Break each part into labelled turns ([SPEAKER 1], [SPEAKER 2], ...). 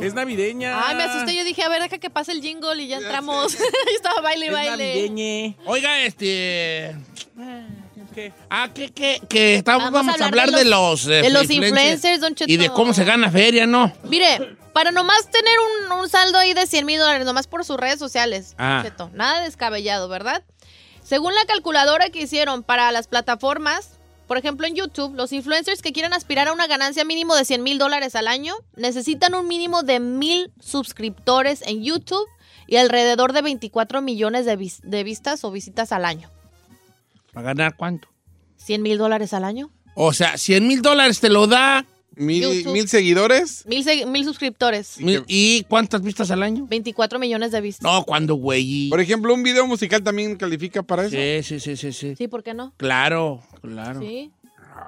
[SPEAKER 1] Es navideña.
[SPEAKER 2] Ay, me asusté. Yo dije, a ver, deja que pase el jingle y ya entramos. y estaba baile y
[SPEAKER 1] Es
[SPEAKER 2] baile.
[SPEAKER 1] navideña.
[SPEAKER 3] Oiga, este.
[SPEAKER 1] ¿Qué?
[SPEAKER 3] Ah, que, que, que estamos, vamos, a hablar de los, eh,
[SPEAKER 2] de los influencers, Don Cheto.
[SPEAKER 3] Y de cómo se gana feria, ¿no?
[SPEAKER 2] Mire, para nomás tener un, un saldo ahí de 100 mil dólares, nomás por sus redes sociales.
[SPEAKER 3] Ah.
[SPEAKER 2] Cheto, nada descabellado, ¿verdad? Según la calculadora que hicieron para las plataformas, por ejemplo en YouTube, los influencers que quieran aspirar a una ganancia mínimo de 100 mil dólares al año necesitan un mínimo de mil suscriptores en YouTube y alrededor de 24 millones de, vis- de vistas o visitas al año.
[SPEAKER 3] ¿Para ganar cuánto?
[SPEAKER 2] 100 mil dólares al año.
[SPEAKER 3] O sea, 100 mil dólares te lo da.
[SPEAKER 4] Mil,
[SPEAKER 2] YouTube.
[SPEAKER 4] mil seguidores.
[SPEAKER 2] Mil, se- mil suscriptores.
[SPEAKER 3] mil- ¿Y cuántas vistas al año?
[SPEAKER 2] 24 millones de vistas.
[SPEAKER 3] No, cuando, güey?
[SPEAKER 4] Por ejemplo, un video musical también califica para eso.
[SPEAKER 3] Sí, sí, sí, sí, sí.
[SPEAKER 2] Sí, ¿por qué no?
[SPEAKER 3] Claro, claro.
[SPEAKER 2] Sí.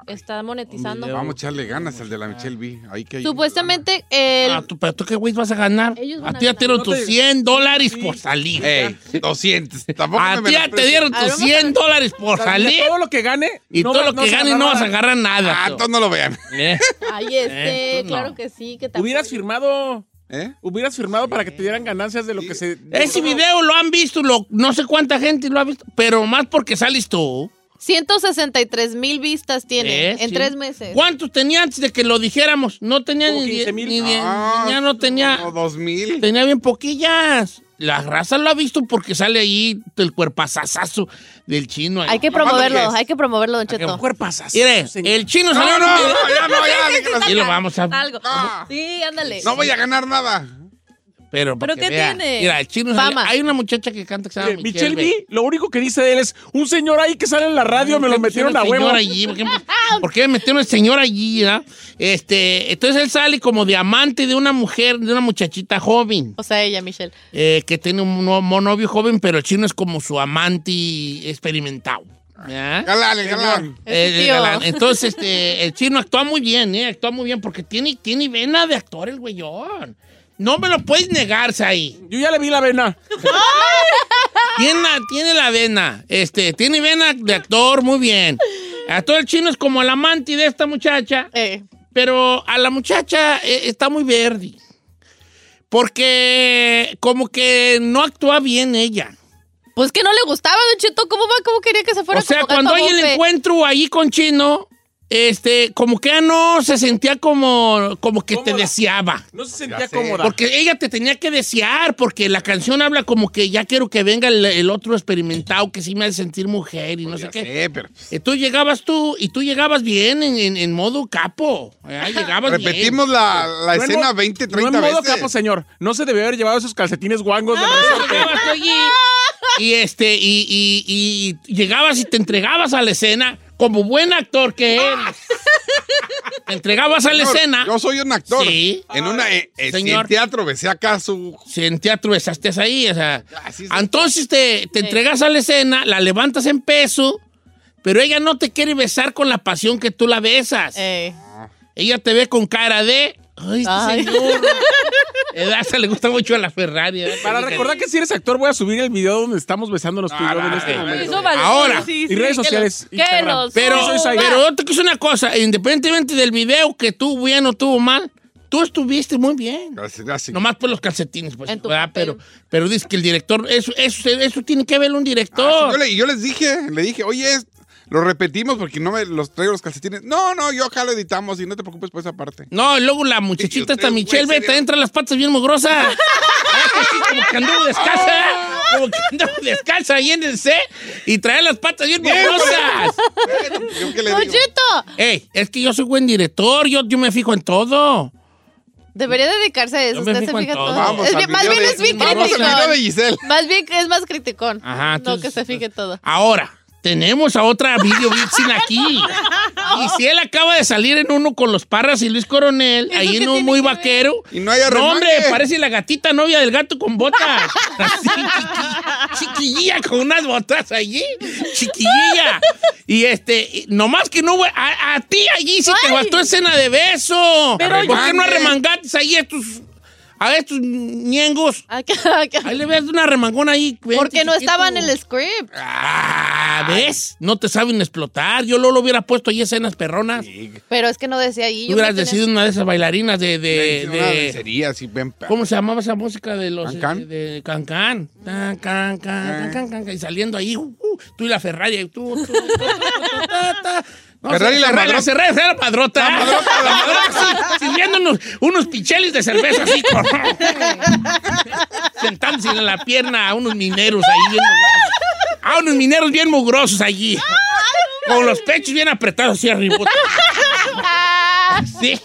[SPEAKER 2] Está monetizando.
[SPEAKER 3] video.
[SPEAKER 4] Vamos a echarle ganas al de la Michelle B. Ahí que hay-
[SPEAKER 2] Supuestamente el...
[SPEAKER 3] Ah, ¿tú, pero tú qué güey vas a ganar.
[SPEAKER 2] Ellos van
[SPEAKER 3] A
[SPEAKER 2] a
[SPEAKER 3] ti ya
[SPEAKER 2] ganar.
[SPEAKER 3] te dieron
[SPEAKER 2] No
[SPEAKER 3] tus
[SPEAKER 1] te-
[SPEAKER 3] 100 dólares por salir.
[SPEAKER 4] Ey, 200. Tampoco
[SPEAKER 3] a
[SPEAKER 4] me
[SPEAKER 3] ti ya te
[SPEAKER 4] menosprecies.
[SPEAKER 3] dieron
[SPEAKER 2] A ver,
[SPEAKER 3] tus
[SPEAKER 2] vamos a
[SPEAKER 3] 100 dólares por
[SPEAKER 1] De
[SPEAKER 3] salir.
[SPEAKER 1] Todo lo que gane.
[SPEAKER 3] Y
[SPEAKER 1] no
[SPEAKER 3] todo
[SPEAKER 1] va-
[SPEAKER 3] lo que
[SPEAKER 1] se
[SPEAKER 3] gane
[SPEAKER 1] agarra
[SPEAKER 3] no vas a
[SPEAKER 1] nada.
[SPEAKER 3] agarrar nada.
[SPEAKER 4] Ah,
[SPEAKER 3] tú.
[SPEAKER 4] entonces no lo vean.
[SPEAKER 3] ¿Eh?
[SPEAKER 2] Ay, este,
[SPEAKER 3] tú no.
[SPEAKER 2] claro que sí, que te
[SPEAKER 1] Hubieras
[SPEAKER 2] apoyo.
[SPEAKER 1] firmado.
[SPEAKER 4] ¿Eh?
[SPEAKER 1] Hubieras firmado para que te dieran ganancias de lo que se.
[SPEAKER 3] Ese video lo han visto, lo, no sé cuánta gente lo ha visto, pero más porque sales tú.
[SPEAKER 2] 163 mil vistas tiene
[SPEAKER 3] ¿Eh?
[SPEAKER 2] en
[SPEAKER 3] Sí.
[SPEAKER 2] tres meses.
[SPEAKER 3] ¿Cuántos tenía antes de que lo dijéramos? No tenía
[SPEAKER 1] Como
[SPEAKER 3] ni 10
[SPEAKER 1] 15,000.
[SPEAKER 3] ni diez-
[SPEAKER 4] Ah,
[SPEAKER 3] ya no tenía.
[SPEAKER 4] Como 2000.
[SPEAKER 3] Tenía bien poquillas. La raza lo ha visto porque sale ahí el cuerpazazazo del chino. ahí.
[SPEAKER 2] Hay que
[SPEAKER 4] Nomás
[SPEAKER 2] promoverlo,
[SPEAKER 4] diez.
[SPEAKER 2] hay que promoverlo,
[SPEAKER 3] Ah,
[SPEAKER 2] Don Cheto.
[SPEAKER 1] Cuerpazas.
[SPEAKER 3] Mire, el chino
[SPEAKER 4] No,
[SPEAKER 3] salió.
[SPEAKER 4] no, no, ya no, ya. déjala
[SPEAKER 3] Y
[SPEAKER 4] así.
[SPEAKER 3] lo vamos a.
[SPEAKER 2] Algo.
[SPEAKER 4] Ah.
[SPEAKER 2] Sí, ándale.
[SPEAKER 4] No voy a ganar nada.
[SPEAKER 3] Pero, para
[SPEAKER 2] ¿Pero
[SPEAKER 3] que
[SPEAKER 2] qué
[SPEAKER 3] vea.
[SPEAKER 2] tiene?
[SPEAKER 3] Mira, el chino salió-
[SPEAKER 2] Fama.
[SPEAKER 3] Hay una muchacha que canta que se llama
[SPEAKER 1] Eh, Michelle
[SPEAKER 3] B.
[SPEAKER 1] B, lo único que dice de él es un señor ahí que sale en la radio, me
[SPEAKER 3] ¿Por
[SPEAKER 1] lo
[SPEAKER 3] qué
[SPEAKER 1] metieron a
[SPEAKER 3] pusieron
[SPEAKER 1] huevo.
[SPEAKER 3] señor allí? ¿Por qué, por qué metieron al señor allí? ah? Este, entonces él sale como diamante de una mujer, de una muchachita joven,
[SPEAKER 2] O sea, ella, Michelle.
[SPEAKER 3] eh, que tiene un no- mo- novio joven, pero el chino es como su amante experimentado. ¿verdad?
[SPEAKER 4] Galán, el galán.
[SPEAKER 2] Es
[SPEAKER 3] Eh,
[SPEAKER 2] su tío.
[SPEAKER 3] galán. Entonces, este, el chino actúa muy bien, ¿eh? Actúa muy bien porque tiene, tiene vena de actor el güeyón. No me lo puedes negarse ahí.
[SPEAKER 1] Yo ya le vi la vena.
[SPEAKER 3] Tiene la, tiene la vena. Este, tiene vena de actor, muy bien. Actor el chino es como el amante de esta muchacha,
[SPEAKER 2] Eh,
[SPEAKER 3] pero a la muchacha eh, está muy verde. Porque como que no actúa bien ella.
[SPEAKER 2] pues que no le gustaba, Don Cheto. ¿Cómo, va? ¿Cómo quería que pues. se fuera
[SPEAKER 3] O sea,
[SPEAKER 2] como gato
[SPEAKER 3] cuando
[SPEAKER 2] a
[SPEAKER 3] hay el
[SPEAKER 2] bofe?
[SPEAKER 3] encuentro ahí con Chino, este, como que ya no se sentía como, como que te
[SPEAKER 1] Cómoda.
[SPEAKER 3] deseaba.
[SPEAKER 1] No se sentía
[SPEAKER 4] Ya sé.
[SPEAKER 1] cómoda.
[SPEAKER 3] Porque ella te tenía que desear, porque la canción habla como que ya quiero que venga el, el otro experimentado que sí me hace sentir mujer y no sé
[SPEAKER 4] Ya
[SPEAKER 3] qué.
[SPEAKER 4] sé, pero, pues,
[SPEAKER 3] Entonces llegabas tú y tú llegabas bien en, en- en modo capo. ¿eh? Llegabas bien.
[SPEAKER 4] Repetimos la, la
[SPEAKER 1] No en
[SPEAKER 4] escena
[SPEAKER 1] modo-
[SPEAKER 4] 20,
[SPEAKER 1] No
[SPEAKER 4] 30
[SPEAKER 1] en modo
[SPEAKER 4] veces.
[SPEAKER 1] capo, señor. No se debió haber llevado esos calcetines guangos de
[SPEAKER 2] Ah,
[SPEAKER 1] resorte.
[SPEAKER 3] Llegabas tú allí y este y, y- y- y llegabas y te entregabas a la escena como buen actor que eres. Te entregabas a la
[SPEAKER 4] Señor,
[SPEAKER 3] escena.
[SPEAKER 4] Yo soy un actor.
[SPEAKER 3] Sí.
[SPEAKER 4] En una eh, eh,
[SPEAKER 3] Señor.
[SPEAKER 4] en teatro besé acá su
[SPEAKER 3] sentía tú estás ahí, o sea.
[SPEAKER 4] Así es.
[SPEAKER 3] Entonces te, te entregas a la escena, la levantas en peso, pero ella no te quiere besar con la pasión que tú la besas.
[SPEAKER 2] Eh,
[SPEAKER 3] Ella te ve con cara de. ¡Ay, este
[SPEAKER 2] Ay.
[SPEAKER 3] señor! Eh, esa le gusta mucho a la Ferrari. ¿eh?
[SPEAKER 1] Para recordar que si eres actor, voy a subir el video donde estamos besándonos tú y yo en este
[SPEAKER 4] Ah,
[SPEAKER 1] momento.
[SPEAKER 2] hizo valor,
[SPEAKER 3] Ahora,
[SPEAKER 2] sí, sí,
[SPEAKER 1] Y redes
[SPEAKER 2] que lo-
[SPEAKER 1] sociales.
[SPEAKER 2] que
[SPEAKER 1] Instagram.
[SPEAKER 2] lo
[SPEAKER 3] Pero,
[SPEAKER 1] Sí, soy Sai.
[SPEAKER 3] pero yo te quiero decir una cosa, independientemente del video que tú bien o tuvo mal, tú estuviste muy bien.
[SPEAKER 4] Así, así.
[SPEAKER 3] Nomás por los calcetines, pues,
[SPEAKER 2] En tu
[SPEAKER 3] ¿verdad?
[SPEAKER 2] papel.
[SPEAKER 3] Pero, pero
[SPEAKER 4] Ah,
[SPEAKER 3] dices que el director, eso, eso, eso tiene que ver un director.
[SPEAKER 4] Yo, le- yo les dije, le dije, oye, es- Lo repetimos porque no me los traigo los calcetines. No, no, yo acá lo editamos y no te preocupes por esa parte.
[SPEAKER 3] No, y luego la muchachita
[SPEAKER 4] Usted,
[SPEAKER 3] esta
[SPEAKER 4] güey,
[SPEAKER 3] Michelle, ve,
[SPEAKER 4] sería-
[SPEAKER 3] te entra las patas bien mugrosas. Así como que anduvo descalza. ¿eh? Como que anduvo descalza ahí en el set y trae las patas bien
[SPEAKER 4] Bien,
[SPEAKER 3] mugrosas.
[SPEAKER 4] Bueno, pues, ¿yo qué le digo?
[SPEAKER 2] ¡Pochito!
[SPEAKER 3] Ey, es que yo soy buen director, yo, yo me fijo en todo.
[SPEAKER 2] Debería dedicarse a eso.
[SPEAKER 3] Yo me
[SPEAKER 2] Usted
[SPEAKER 3] fijo
[SPEAKER 2] se
[SPEAKER 3] en
[SPEAKER 2] fija en
[SPEAKER 3] todo.
[SPEAKER 2] todo.
[SPEAKER 4] Vamos
[SPEAKER 2] Es
[SPEAKER 4] al
[SPEAKER 2] bien- más
[SPEAKER 4] video
[SPEAKER 2] bien
[SPEAKER 4] de-
[SPEAKER 2] es bien
[SPEAKER 4] vamos al video de
[SPEAKER 2] criticón.
[SPEAKER 4] Giselle.
[SPEAKER 2] Más bien es más criticón.
[SPEAKER 3] Ajá,
[SPEAKER 2] No, que
[SPEAKER 3] entonces-
[SPEAKER 2] se fije en todo.
[SPEAKER 3] Ahora, tenemos a otra video vixen aquí. Y si él acaba de salir en uno con los Parras y Luis Coronel,
[SPEAKER 2] ¿Eso
[SPEAKER 3] ahí
[SPEAKER 2] qué
[SPEAKER 3] en uno
[SPEAKER 2] tiene
[SPEAKER 3] muy
[SPEAKER 2] que ver?
[SPEAKER 3] vaquero.
[SPEAKER 4] Y no hay
[SPEAKER 3] No,
[SPEAKER 4] arremangue.
[SPEAKER 3] hombre, parece la gatita novia del gato con botas. Así, chiqui- chiquillilla con unas botas allí. Chiquillilla. Y este, y nomás que no, güey, a, a ti allí sí te
[SPEAKER 2] Ay.
[SPEAKER 3] bastó escena de beso.
[SPEAKER 4] Pero
[SPEAKER 3] ¿Por qué no
[SPEAKER 4] oye.
[SPEAKER 3] arremangates ahí a estos, a estos ñengos?
[SPEAKER 2] Acá, acá.
[SPEAKER 3] Ahí le ves una remangona ahí. vente,
[SPEAKER 2] Porque no
[SPEAKER 3] chiquito.
[SPEAKER 2] estaba en el script.
[SPEAKER 3] Ah, ¿ves? No te saben explotar. Yo lo, lo hubiera puesto ahí escenas perronas.
[SPEAKER 2] Pero es que no decía ahí.
[SPEAKER 3] Tú
[SPEAKER 2] Yo
[SPEAKER 3] hubieras
[SPEAKER 2] me tenía-
[SPEAKER 3] decidido una de esas bailarinas de... de,
[SPEAKER 4] Una
[SPEAKER 3] de-
[SPEAKER 4] lencería así, ven, pa-
[SPEAKER 3] ¿Cómo se llamaba esa música de los...
[SPEAKER 4] ¿Cancán?
[SPEAKER 3] De, de Cancán. Tan, can, can,
[SPEAKER 4] Eh.
[SPEAKER 3] can, can, can, can, y saliendo ahí, uh, uh, tú y la Ferrari, y tú, tú, tú, ta, ta, ta, ta. No,
[SPEAKER 4] Ferrari
[SPEAKER 3] sí,
[SPEAKER 4] la
[SPEAKER 3] Ferrari,
[SPEAKER 4] madrota.
[SPEAKER 3] Ferrari, Ferrari la padrota.
[SPEAKER 4] La madrota, la
[SPEAKER 3] madrota, sí, sirviendo unos, unos picheles de cerveza así. sentándose en la pierna a unos mineros ahí bien mugrosos. A unos mineros bien mugrosos allí. Con los pechos bien apretados así arriba. Sí.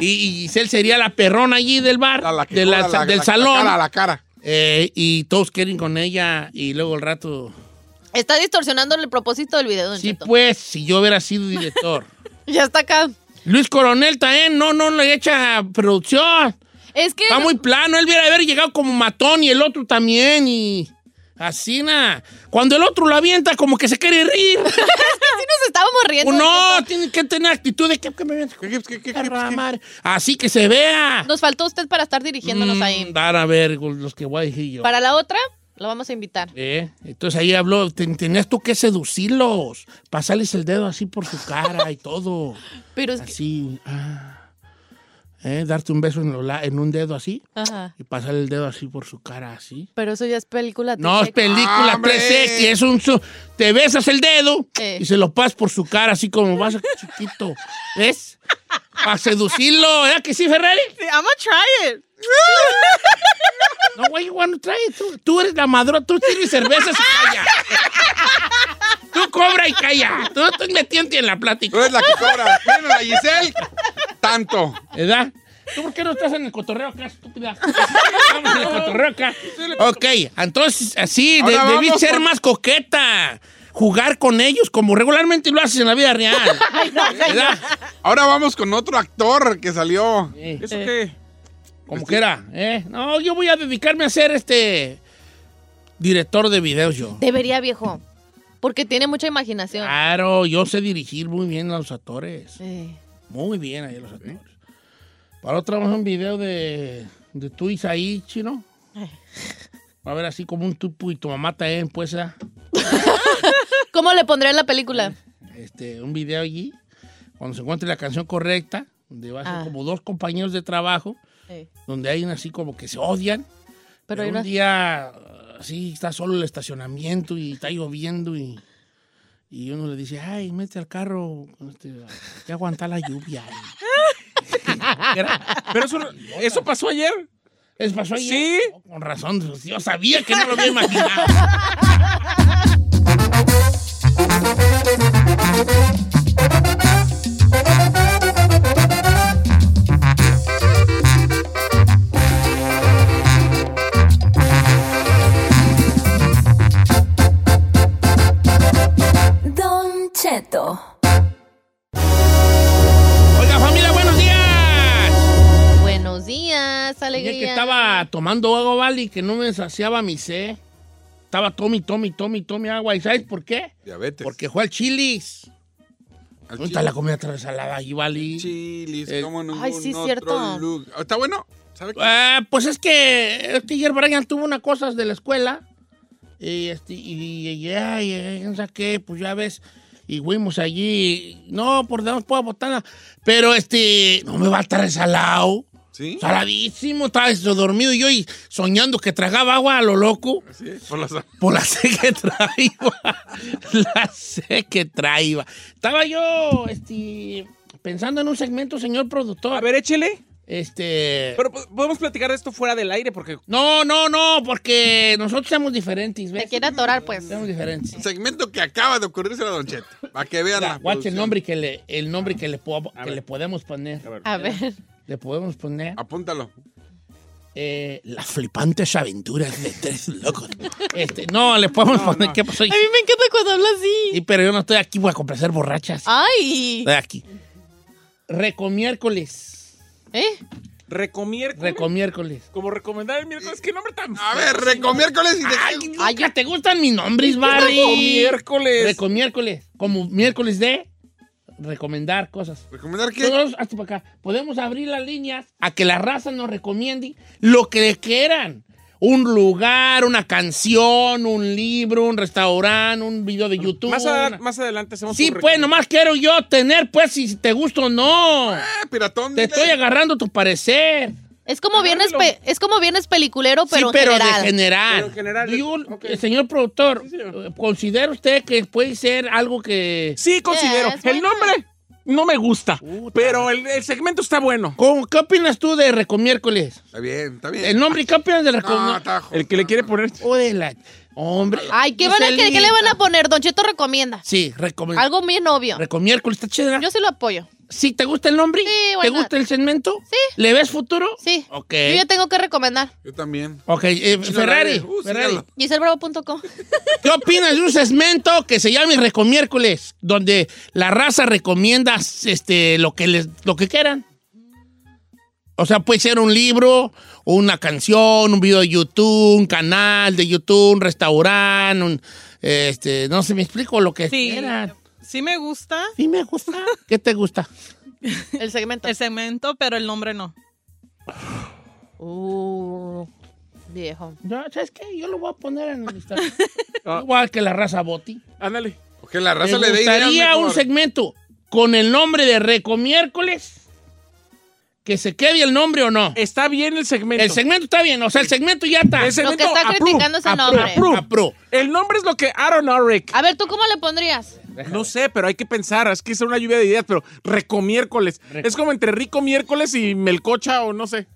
[SPEAKER 3] Y, y Giselle sería la perrona allí del bar,
[SPEAKER 4] a la que
[SPEAKER 3] de
[SPEAKER 4] toda
[SPEAKER 3] la-
[SPEAKER 4] la-
[SPEAKER 3] del
[SPEAKER 4] la
[SPEAKER 3] salón.
[SPEAKER 4] cara, la cara.
[SPEAKER 3] Eh, y todos quieren con ella y luego el rato...
[SPEAKER 2] Está distorsionando el propósito del video, don
[SPEAKER 3] Sí,
[SPEAKER 2] Cheto.
[SPEAKER 3] pues, si yo hubiera sido director.
[SPEAKER 2] Ya está acá.
[SPEAKER 3] Luis Coronel también, no, no le echa producción.
[SPEAKER 2] Es que.
[SPEAKER 3] Está muy plano, él hubiera haber llegado como matón y el otro también y... Así na. Cuando el otro lo avienta, como que se quiere reír.
[SPEAKER 2] Sí nos estábamos riendo. don
[SPEAKER 3] no,
[SPEAKER 2] Cheto.
[SPEAKER 3] tiene que tener actitud de que, que me avienta.
[SPEAKER 4] ¿Qué, qué, qué, qué, qué,
[SPEAKER 3] Perra
[SPEAKER 4] qué?
[SPEAKER 3] madre. Así que se vea.
[SPEAKER 2] Nos faltó usted para estar dirigiéndonos ahí.
[SPEAKER 3] Mm, Van a ver los que voy a decir yo.
[SPEAKER 2] Para la otra, lo vamos a invitar.
[SPEAKER 3] Eh, Entonces ahí habló, ten- tenías tú que seducirlos, pasarles el dedo así por su cara y todo.
[SPEAKER 2] Pero es que.
[SPEAKER 3] Así. ah. Eh, darte un beso en, lo la- en un dedo así
[SPEAKER 2] Ajá.
[SPEAKER 3] y pasar el dedo así por su cara así.
[SPEAKER 2] Pero eso ya es película.
[SPEAKER 3] No, es
[SPEAKER 2] tic-tac.
[SPEAKER 3] película
[SPEAKER 4] ¡Hombre!
[SPEAKER 3] 3X, es un... su- Te besas el dedo
[SPEAKER 2] Eh.
[SPEAKER 3] y se lo pasas por su cara así como vas a chiquito. ¿Ves? Para seducirlo, ¿verdad que sí, Ferrari?
[SPEAKER 5] I'm gonna try it.
[SPEAKER 3] No, güey, igual no trae. Tú, tú eres la madrota, tú tienes cervezas y calla. Tú cobra y calla. Tú no estás metiéndote en la
[SPEAKER 4] Tú
[SPEAKER 3] plática,
[SPEAKER 4] eres la que cobra. Bueno, la Giselle, tanto.
[SPEAKER 3] ¿verdad? ¿Tú por qué no estás en el cotorreo acá, estúpida? Vamos en el cotorreo acá. Ok, entonces, así, de-
[SPEAKER 4] Ahora vamos
[SPEAKER 3] debí ser
[SPEAKER 4] con-
[SPEAKER 3] más coqueta. Jugar con ellos como regularmente lo haces en la vida real. ¿Verdad?
[SPEAKER 4] Ahora vamos con otro actor que salió.
[SPEAKER 3] Eh,
[SPEAKER 1] ¿Eso qué?
[SPEAKER 3] como que era, ¿eh? No, yo voy a dedicarme a ser este director de videos yo.
[SPEAKER 2] Debería, viejo. Porque tiene mucha imaginación.
[SPEAKER 3] Claro, yo sé dirigir muy bien a los actores.
[SPEAKER 2] Eh,
[SPEAKER 3] Muy bien ahí los actores. Para otra vamos a un video de, de tú Isaí, chino. Va a ver así como un tupu y tu mamá también, pues, ah,
[SPEAKER 2] ¿Cómo le pondré en la película?
[SPEAKER 3] este, un video allí. Cuando se encuentre la canción correcta, donde va a ser
[SPEAKER 2] Ah.
[SPEAKER 3] como dos compañeros de trabajo,
[SPEAKER 2] Eh,
[SPEAKER 3] donde hay una así como que se odian. Pero
[SPEAKER 2] pero hay
[SPEAKER 3] un
[SPEAKER 2] una.
[SPEAKER 3] día así está solo el estacionamiento y está lloviendo y, y uno le dice, ay, mete al carro, este, hay que aguantar la lluvia. Era-
[SPEAKER 1] Pero eso, eso pasó ayer.
[SPEAKER 3] ¿Eso pasó ayer?
[SPEAKER 1] Sí.
[SPEAKER 3] Oh, con razón, pues, yo sabía que no lo había imaginado.
[SPEAKER 6] Don Cheto.
[SPEAKER 3] Oiga, familia, buenos días.
[SPEAKER 2] Buenos días,
[SPEAKER 3] Oye,
[SPEAKER 2] alegría.
[SPEAKER 3] que estaba tomando agua, vale, y que no me saciaba mi sed. Estaba Tommy, Tommy, Tommy, Tommy agua. ¿Y sabes por qué?
[SPEAKER 4] Diabetes.
[SPEAKER 3] Porque fue al chilis.
[SPEAKER 4] Al
[SPEAKER 3] ¿Dónde
[SPEAKER 4] chile.
[SPEAKER 3] está la Eh. comida trasalada ahí, vale?
[SPEAKER 4] chilis,
[SPEAKER 3] El-
[SPEAKER 4] como ningún
[SPEAKER 2] Ay, sí,
[SPEAKER 4] otro
[SPEAKER 2] cierto.
[SPEAKER 4] lugar. ¿Está bueno? ¿Sabe qué?
[SPEAKER 3] Ah, pues es que, es que ayer Brian tuvo una cosa de la escuela. Y, este, y, y ya, y, eh, no sé qué, pues ya ves. Y fuimos allí. No, por Dios, puedo botarla. Pero este, no me va a estar resalado.
[SPEAKER 4] Sí.
[SPEAKER 3] Saladísimo, estaba eso dormido yo y soñando que tragaba agua a lo loco.
[SPEAKER 4] Así es. Por las-
[SPEAKER 3] Por la sed que traía. la sed que traía. Estaba yo este, pensando en un segmento, señor productor.
[SPEAKER 1] A ver, échele.
[SPEAKER 3] Este.
[SPEAKER 1] Pero po- podemos platicar de esto fuera del aire porque
[SPEAKER 3] No, no, no, porque nosotros somos diferentes. ¿ves?
[SPEAKER 2] Te quiere atorar, pues.
[SPEAKER 3] Somos diferentes.
[SPEAKER 4] Un segmento que acaba de ocurrirse a Don Cheto. Para que vean la.
[SPEAKER 3] Guacha el
[SPEAKER 4] producción.
[SPEAKER 3] nombre que le, el nombre que le, po- que
[SPEAKER 4] ver.
[SPEAKER 3] le podemos poner.
[SPEAKER 2] A ver.
[SPEAKER 3] Le podemos poner
[SPEAKER 4] Apúntalo.
[SPEAKER 3] eh, las flipantes aventuras de tres locos. Este, no, le podemos poner qué pasó.
[SPEAKER 2] A mí me encanta cuando habla
[SPEAKER 3] Sí,
[SPEAKER 2] así.
[SPEAKER 3] pero yo no estoy aquí para complacer borrachas.
[SPEAKER 2] Ay.
[SPEAKER 3] Estoy aquí. Recomiércoles.
[SPEAKER 2] ¿Eh?
[SPEAKER 1] recomiércoles.
[SPEAKER 3] Recomiércoles.
[SPEAKER 1] como recomendar el miércoles. ¿Qué nombre tan
[SPEAKER 4] A ver, recomiércoles y de.
[SPEAKER 3] Ay,
[SPEAKER 2] Ay,
[SPEAKER 3] nunca te gustan mis nombres, Barry.
[SPEAKER 1] miércoles.
[SPEAKER 3] Recomiércoles. Como miércoles de recomendar cosas.
[SPEAKER 4] ¿Recomendar qué?
[SPEAKER 3] Todos hasta para acá. Podemos abrir las líneas a que la raza nos recomiende lo que le quieran. Un lugar, una canción, un libro, un restaurante, un video de YouTube.
[SPEAKER 1] Más, adelan- más adelante hacemos
[SPEAKER 3] Sí,
[SPEAKER 1] un
[SPEAKER 3] pues,
[SPEAKER 1] recom-
[SPEAKER 3] nomás quiero yo tener, pues, si te gusta o no.
[SPEAKER 4] Ah, piratón.
[SPEAKER 3] Te
[SPEAKER 4] dile.
[SPEAKER 3] estoy agarrando tu parecer.
[SPEAKER 2] Es como viernes,
[SPEAKER 1] Agárrelo.
[SPEAKER 2] pe- es como viernes peliculero, pero,
[SPEAKER 3] sí, pero
[SPEAKER 2] en general.
[SPEAKER 3] de general.
[SPEAKER 1] Pero en general,
[SPEAKER 3] Digo,
[SPEAKER 1] ok.
[SPEAKER 3] eh, Señor productor,
[SPEAKER 1] Sí, señor.
[SPEAKER 3] eh, ¿considera usted que puede ser algo que...
[SPEAKER 1] Sí, considero.
[SPEAKER 2] Yeah, es
[SPEAKER 1] el
[SPEAKER 2] buena.
[SPEAKER 1] nombre no me gusta,
[SPEAKER 3] Puta.
[SPEAKER 1] pero el, el segmento está bueno.
[SPEAKER 3] ¿Cómo- ¿Qué opinas tú de Recomiércoles?
[SPEAKER 4] Está bien, está bien.
[SPEAKER 3] El nombre, ¿qué opinas de
[SPEAKER 4] No,
[SPEAKER 3] Recomiércoles?
[SPEAKER 4] atajo.
[SPEAKER 1] El que le quiere poner.
[SPEAKER 3] O de la... Hombre.
[SPEAKER 2] Ay, ¿qué, van a- qué- qué le van a poner? Don Cheto recomienda.
[SPEAKER 3] Sí, recomiendo.
[SPEAKER 2] Algo bien obvio.
[SPEAKER 3] Recomiércoles, está chida.
[SPEAKER 2] Yo sí lo apoyo.
[SPEAKER 3] ¿Sí te gusta el nombre?
[SPEAKER 2] Sí, why
[SPEAKER 3] ¿Te
[SPEAKER 2] not?
[SPEAKER 3] gusta el segmento?
[SPEAKER 2] Sí.
[SPEAKER 3] ¿Le ves futuro?
[SPEAKER 2] Sí.
[SPEAKER 3] Ok.
[SPEAKER 2] Yo ya tengo que recomendar.
[SPEAKER 4] Yo también.
[SPEAKER 3] Ok, eh,
[SPEAKER 4] Chino
[SPEAKER 3] Ferrari,
[SPEAKER 4] Ferrari. Uh,
[SPEAKER 3] Ferrari.
[SPEAKER 4] sígalo.
[SPEAKER 2] GiselleBravo.com.
[SPEAKER 3] ¿Qué opinas de un segmento que se llama Recomiércoles? Donde la raza recomienda este, lo, que les, lo que quieran. O sea, puede ser un libro, o una canción, un video de YouTube, un canal de YouTube, un restaurante, un, este, no sé, me explico lo que
[SPEAKER 5] Sí.
[SPEAKER 3] quieran.
[SPEAKER 5] Sí me gusta
[SPEAKER 3] Sí me gusta. ¿Qué te gusta?
[SPEAKER 2] El segmento.
[SPEAKER 5] el segmento, pero el nombre no.
[SPEAKER 2] Uh, viejo.
[SPEAKER 3] Yo, ¿Sabes qué? Yo lo voy a poner en el listado. Igual que la raza Boti.
[SPEAKER 1] Ándale.
[SPEAKER 4] O que la
[SPEAKER 3] ¿Te
[SPEAKER 4] raza le dé ideas
[SPEAKER 3] gustaría
[SPEAKER 4] mejor.
[SPEAKER 3] un segmento con el nombre de Recomiércoles? ¿Que se quede el nombre o no?
[SPEAKER 1] Está bien el segmento.
[SPEAKER 3] El segmento está bien, o sea, el segmento ya está.
[SPEAKER 1] El segmento
[SPEAKER 2] Lo que está
[SPEAKER 1] approve,
[SPEAKER 2] criticando es el
[SPEAKER 3] Approve,
[SPEAKER 2] nombre. Ah.
[SPEAKER 3] approve, approve.
[SPEAKER 1] El nombre es lo que Aaron Rick.
[SPEAKER 2] A ver, ¿tú cómo le pondrías?
[SPEAKER 1] No sé, pero hay que pensar. Es que es una lluvia de ideas, pero recomiércoles.
[SPEAKER 3] Reco-
[SPEAKER 1] Es como entre rico miércoles y melcocha o no sé.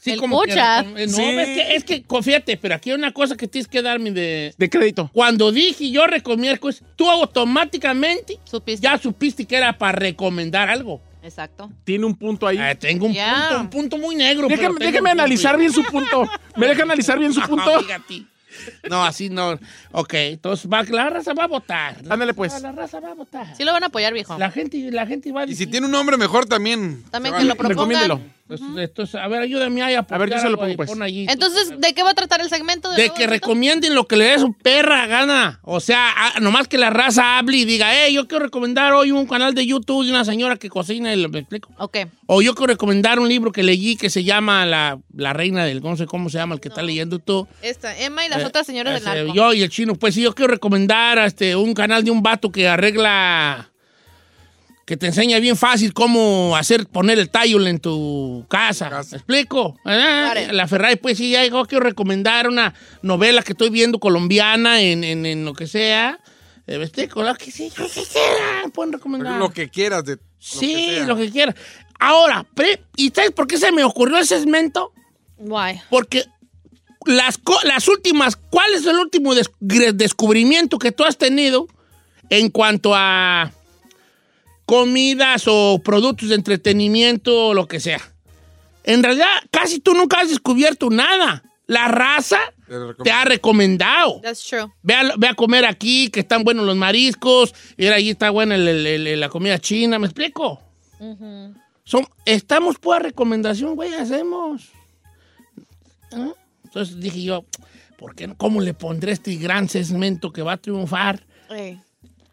[SPEAKER 3] Sí,
[SPEAKER 2] el
[SPEAKER 3] como que
[SPEAKER 2] Pucha.
[SPEAKER 3] recom- eh, no,
[SPEAKER 1] Sí.
[SPEAKER 3] es que, es que, confíate, pero aquí hay una cosa que tienes que darme de...
[SPEAKER 1] De crédito.
[SPEAKER 3] Cuando dije yo recomiércoles, tú automáticamente
[SPEAKER 2] Supiste.
[SPEAKER 3] ya supiste que era para recomendar algo.
[SPEAKER 2] Exacto.
[SPEAKER 1] Tiene un punto ahí.
[SPEAKER 3] Ah, tengo un,
[SPEAKER 2] Ya.
[SPEAKER 3] punto, un punto muy negro. pero
[SPEAKER 1] Déjame,
[SPEAKER 3] tengo
[SPEAKER 1] déjame
[SPEAKER 3] un punto
[SPEAKER 1] analizar
[SPEAKER 3] ahí.
[SPEAKER 1] bien su punto. ¿Me deja analizar bien su
[SPEAKER 3] Ajá,
[SPEAKER 1] punto?
[SPEAKER 3] fíjate. No, así no. Ok, entonces va- la raza va a votar. La
[SPEAKER 1] Ándale,
[SPEAKER 3] raza-
[SPEAKER 1] pues.
[SPEAKER 3] La raza va a votar.
[SPEAKER 2] Sí lo van a apoyar, viejo.
[SPEAKER 3] La gente, la gente va a
[SPEAKER 4] Y
[SPEAKER 3] decir.
[SPEAKER 4] si tiene un nombre mejor también.
[SPEAKER 2] También
[SPEAKER 4] se
[SPEAKER 2] que lo
[SPEAKER 4] vale.
[SPEAKER 2] propongan.
[SPEAKER 1] Recomiéndelo.
[SPEAKER 3] Pues, entonces, a ver, ayúdame ahí a
[SPEAKER 1] ver, yo se
[SPEAKER 3] apuntar
[SPEAKER 1] lo
[SPEAKER 3] algo ahí,
[SPEAKER 1] pongo, pues.
[SPEAKER 3] pon allí.
[SPEAKER 2] Entonces, ¿de qué va a tratar el segmento?
[SPEAKER 3] de
[SPEAKER 2] nuevo,
[SPEAKER 3] que
[SPEAKER 2] Cheto?
[SPEAKER 3] recomienden lo que le dé su perra gana. O sea, a- nomás que la raza hable y diga, hey, yo quiero recomendar hoy un canal de YouTube de una señora que cocina y lo- me explico.
[SPEAKER 2] Ok.
[SPEAKER 3] O yo quiero recomendar un libro que leí que se llama La, la Reina del... No sé cómo se llama el que está leyendo tú.
[SPEAKER 2] Esta, Emma y las
[SPEAKER 3] Eh,
[SPEAKER 2] otras señoras del
[SPEAKER 3] ese,
[SPEAKER 2] narco.
[SPEAKER 3] Yo y el chino. Pues sí, yo quiero recomendar este, un canal de un vato que arregla... Que te enseña bien fácil cómo hacer, poner el tile en tu casa.
[SPEAKER 4] Casa.
[SPEAKER 3] ¿Me explico? Ah,
[SPEAKER 2] Claro.
[SPEAKER 3] La Ferrari, pues sí, ya yo quiero recomendar una novela que estoy viendo colombiana en, en- en lo que sea. Eh, ¿Me explico? Lo que sí, lo que quieran, pueden recomendar.
[SPEAKER 4] Lo que quieras de.
[SPEAKER 3] sí,
[SPEAKER 4] sea.
[SPEAKER 3] lo que quieran. Ahora, pre- ¿y sabes por qué se me ocurrió ese segmento?
[SPEAKER 2] Guay.
[SPEAKER 3] Porque las, co- las últimas, ¿cuál es el último des- gre- descubrimiento que tú has tenido en cuanto a comidas o productos de entretenimiento o lo que sea? En realidad, casi tú nunca has descubierto nada. La raza
[SPEAKER 4] Te lo recomiendo.
[SPEAKER 3] te ha recomendado.
[SPEAKER 2] That's true.
[SPEAKER 3] Ve a, ve a comer aquí, que están buenos los mariscos. Y ahí está buena el- el- el- la comida china. ¿Me explico? Son, estamos por recomendación, güey, hacemos. ¿Ah? Entonces dije yo, ¿por qué no? ¿Cómo le pondré este gran segmento que va a triunfar?
[SPEAKER 2] Ey.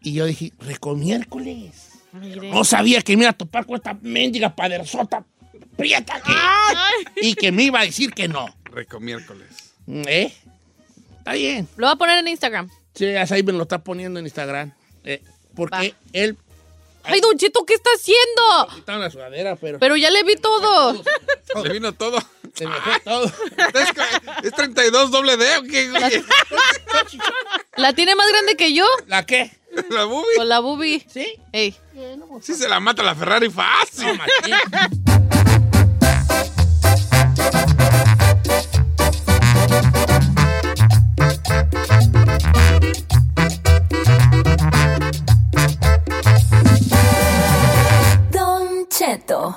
[SPEAKER 3] Y yo dije, recomiércoles.
[SPEAKER 2] Mire.
[SPEAKER 3] No sabía que me iba a topar con esta mendiga padersota prieta que- Y que me iba a decir que no.
[SPEAKER 4] Recomiércoles.
[SPEAKER 3] ¿Eh? Está bien.
[SPEAKER 2] Lo voy a poner en Instagram.
[SPEAKER 3] Sí, hasta ahí me lo está poniendo en Instagram. Eh, porque
[SPEAKER 2] Va.
[SPEAKER 3] él
[SPEAKER 2] Ay, Don Cheto, ¿qué está haciendo?
[SPEAKER 3] Quitaron la sudadera, pero,
[SPEAKER 2] Pero ya le vi todo.
[SPEAKER 4] Le vino todo.
[SPEAKER 3] se me fue todo.
[SPEAKER 4] ¿Es, que- es 32 doble D o qué, güey?
[SPEAKER 2] ¿La tiene más grande que yo?
[SPEAKER 3] ¿La qué?
[SPEAKER 4] La boobie.
[SPEAKER 2] Con la bubi.
[SPEAKER 3] ¿Sí?
[SPEAKER 2] Ey.
[SPEAKER 4] Sí se la mata la Ferrari
[SPEAKER 3] No,
[SPEAKER 4] fácil.
[SPEAKER 3] machín.
[SPEAKER 6] Don Cheto.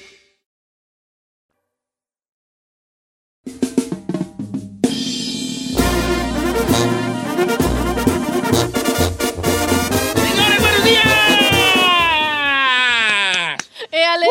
[SPEAKER 3] ¡Señores, buenos días!
[SPEAKER 2] ¡Éale!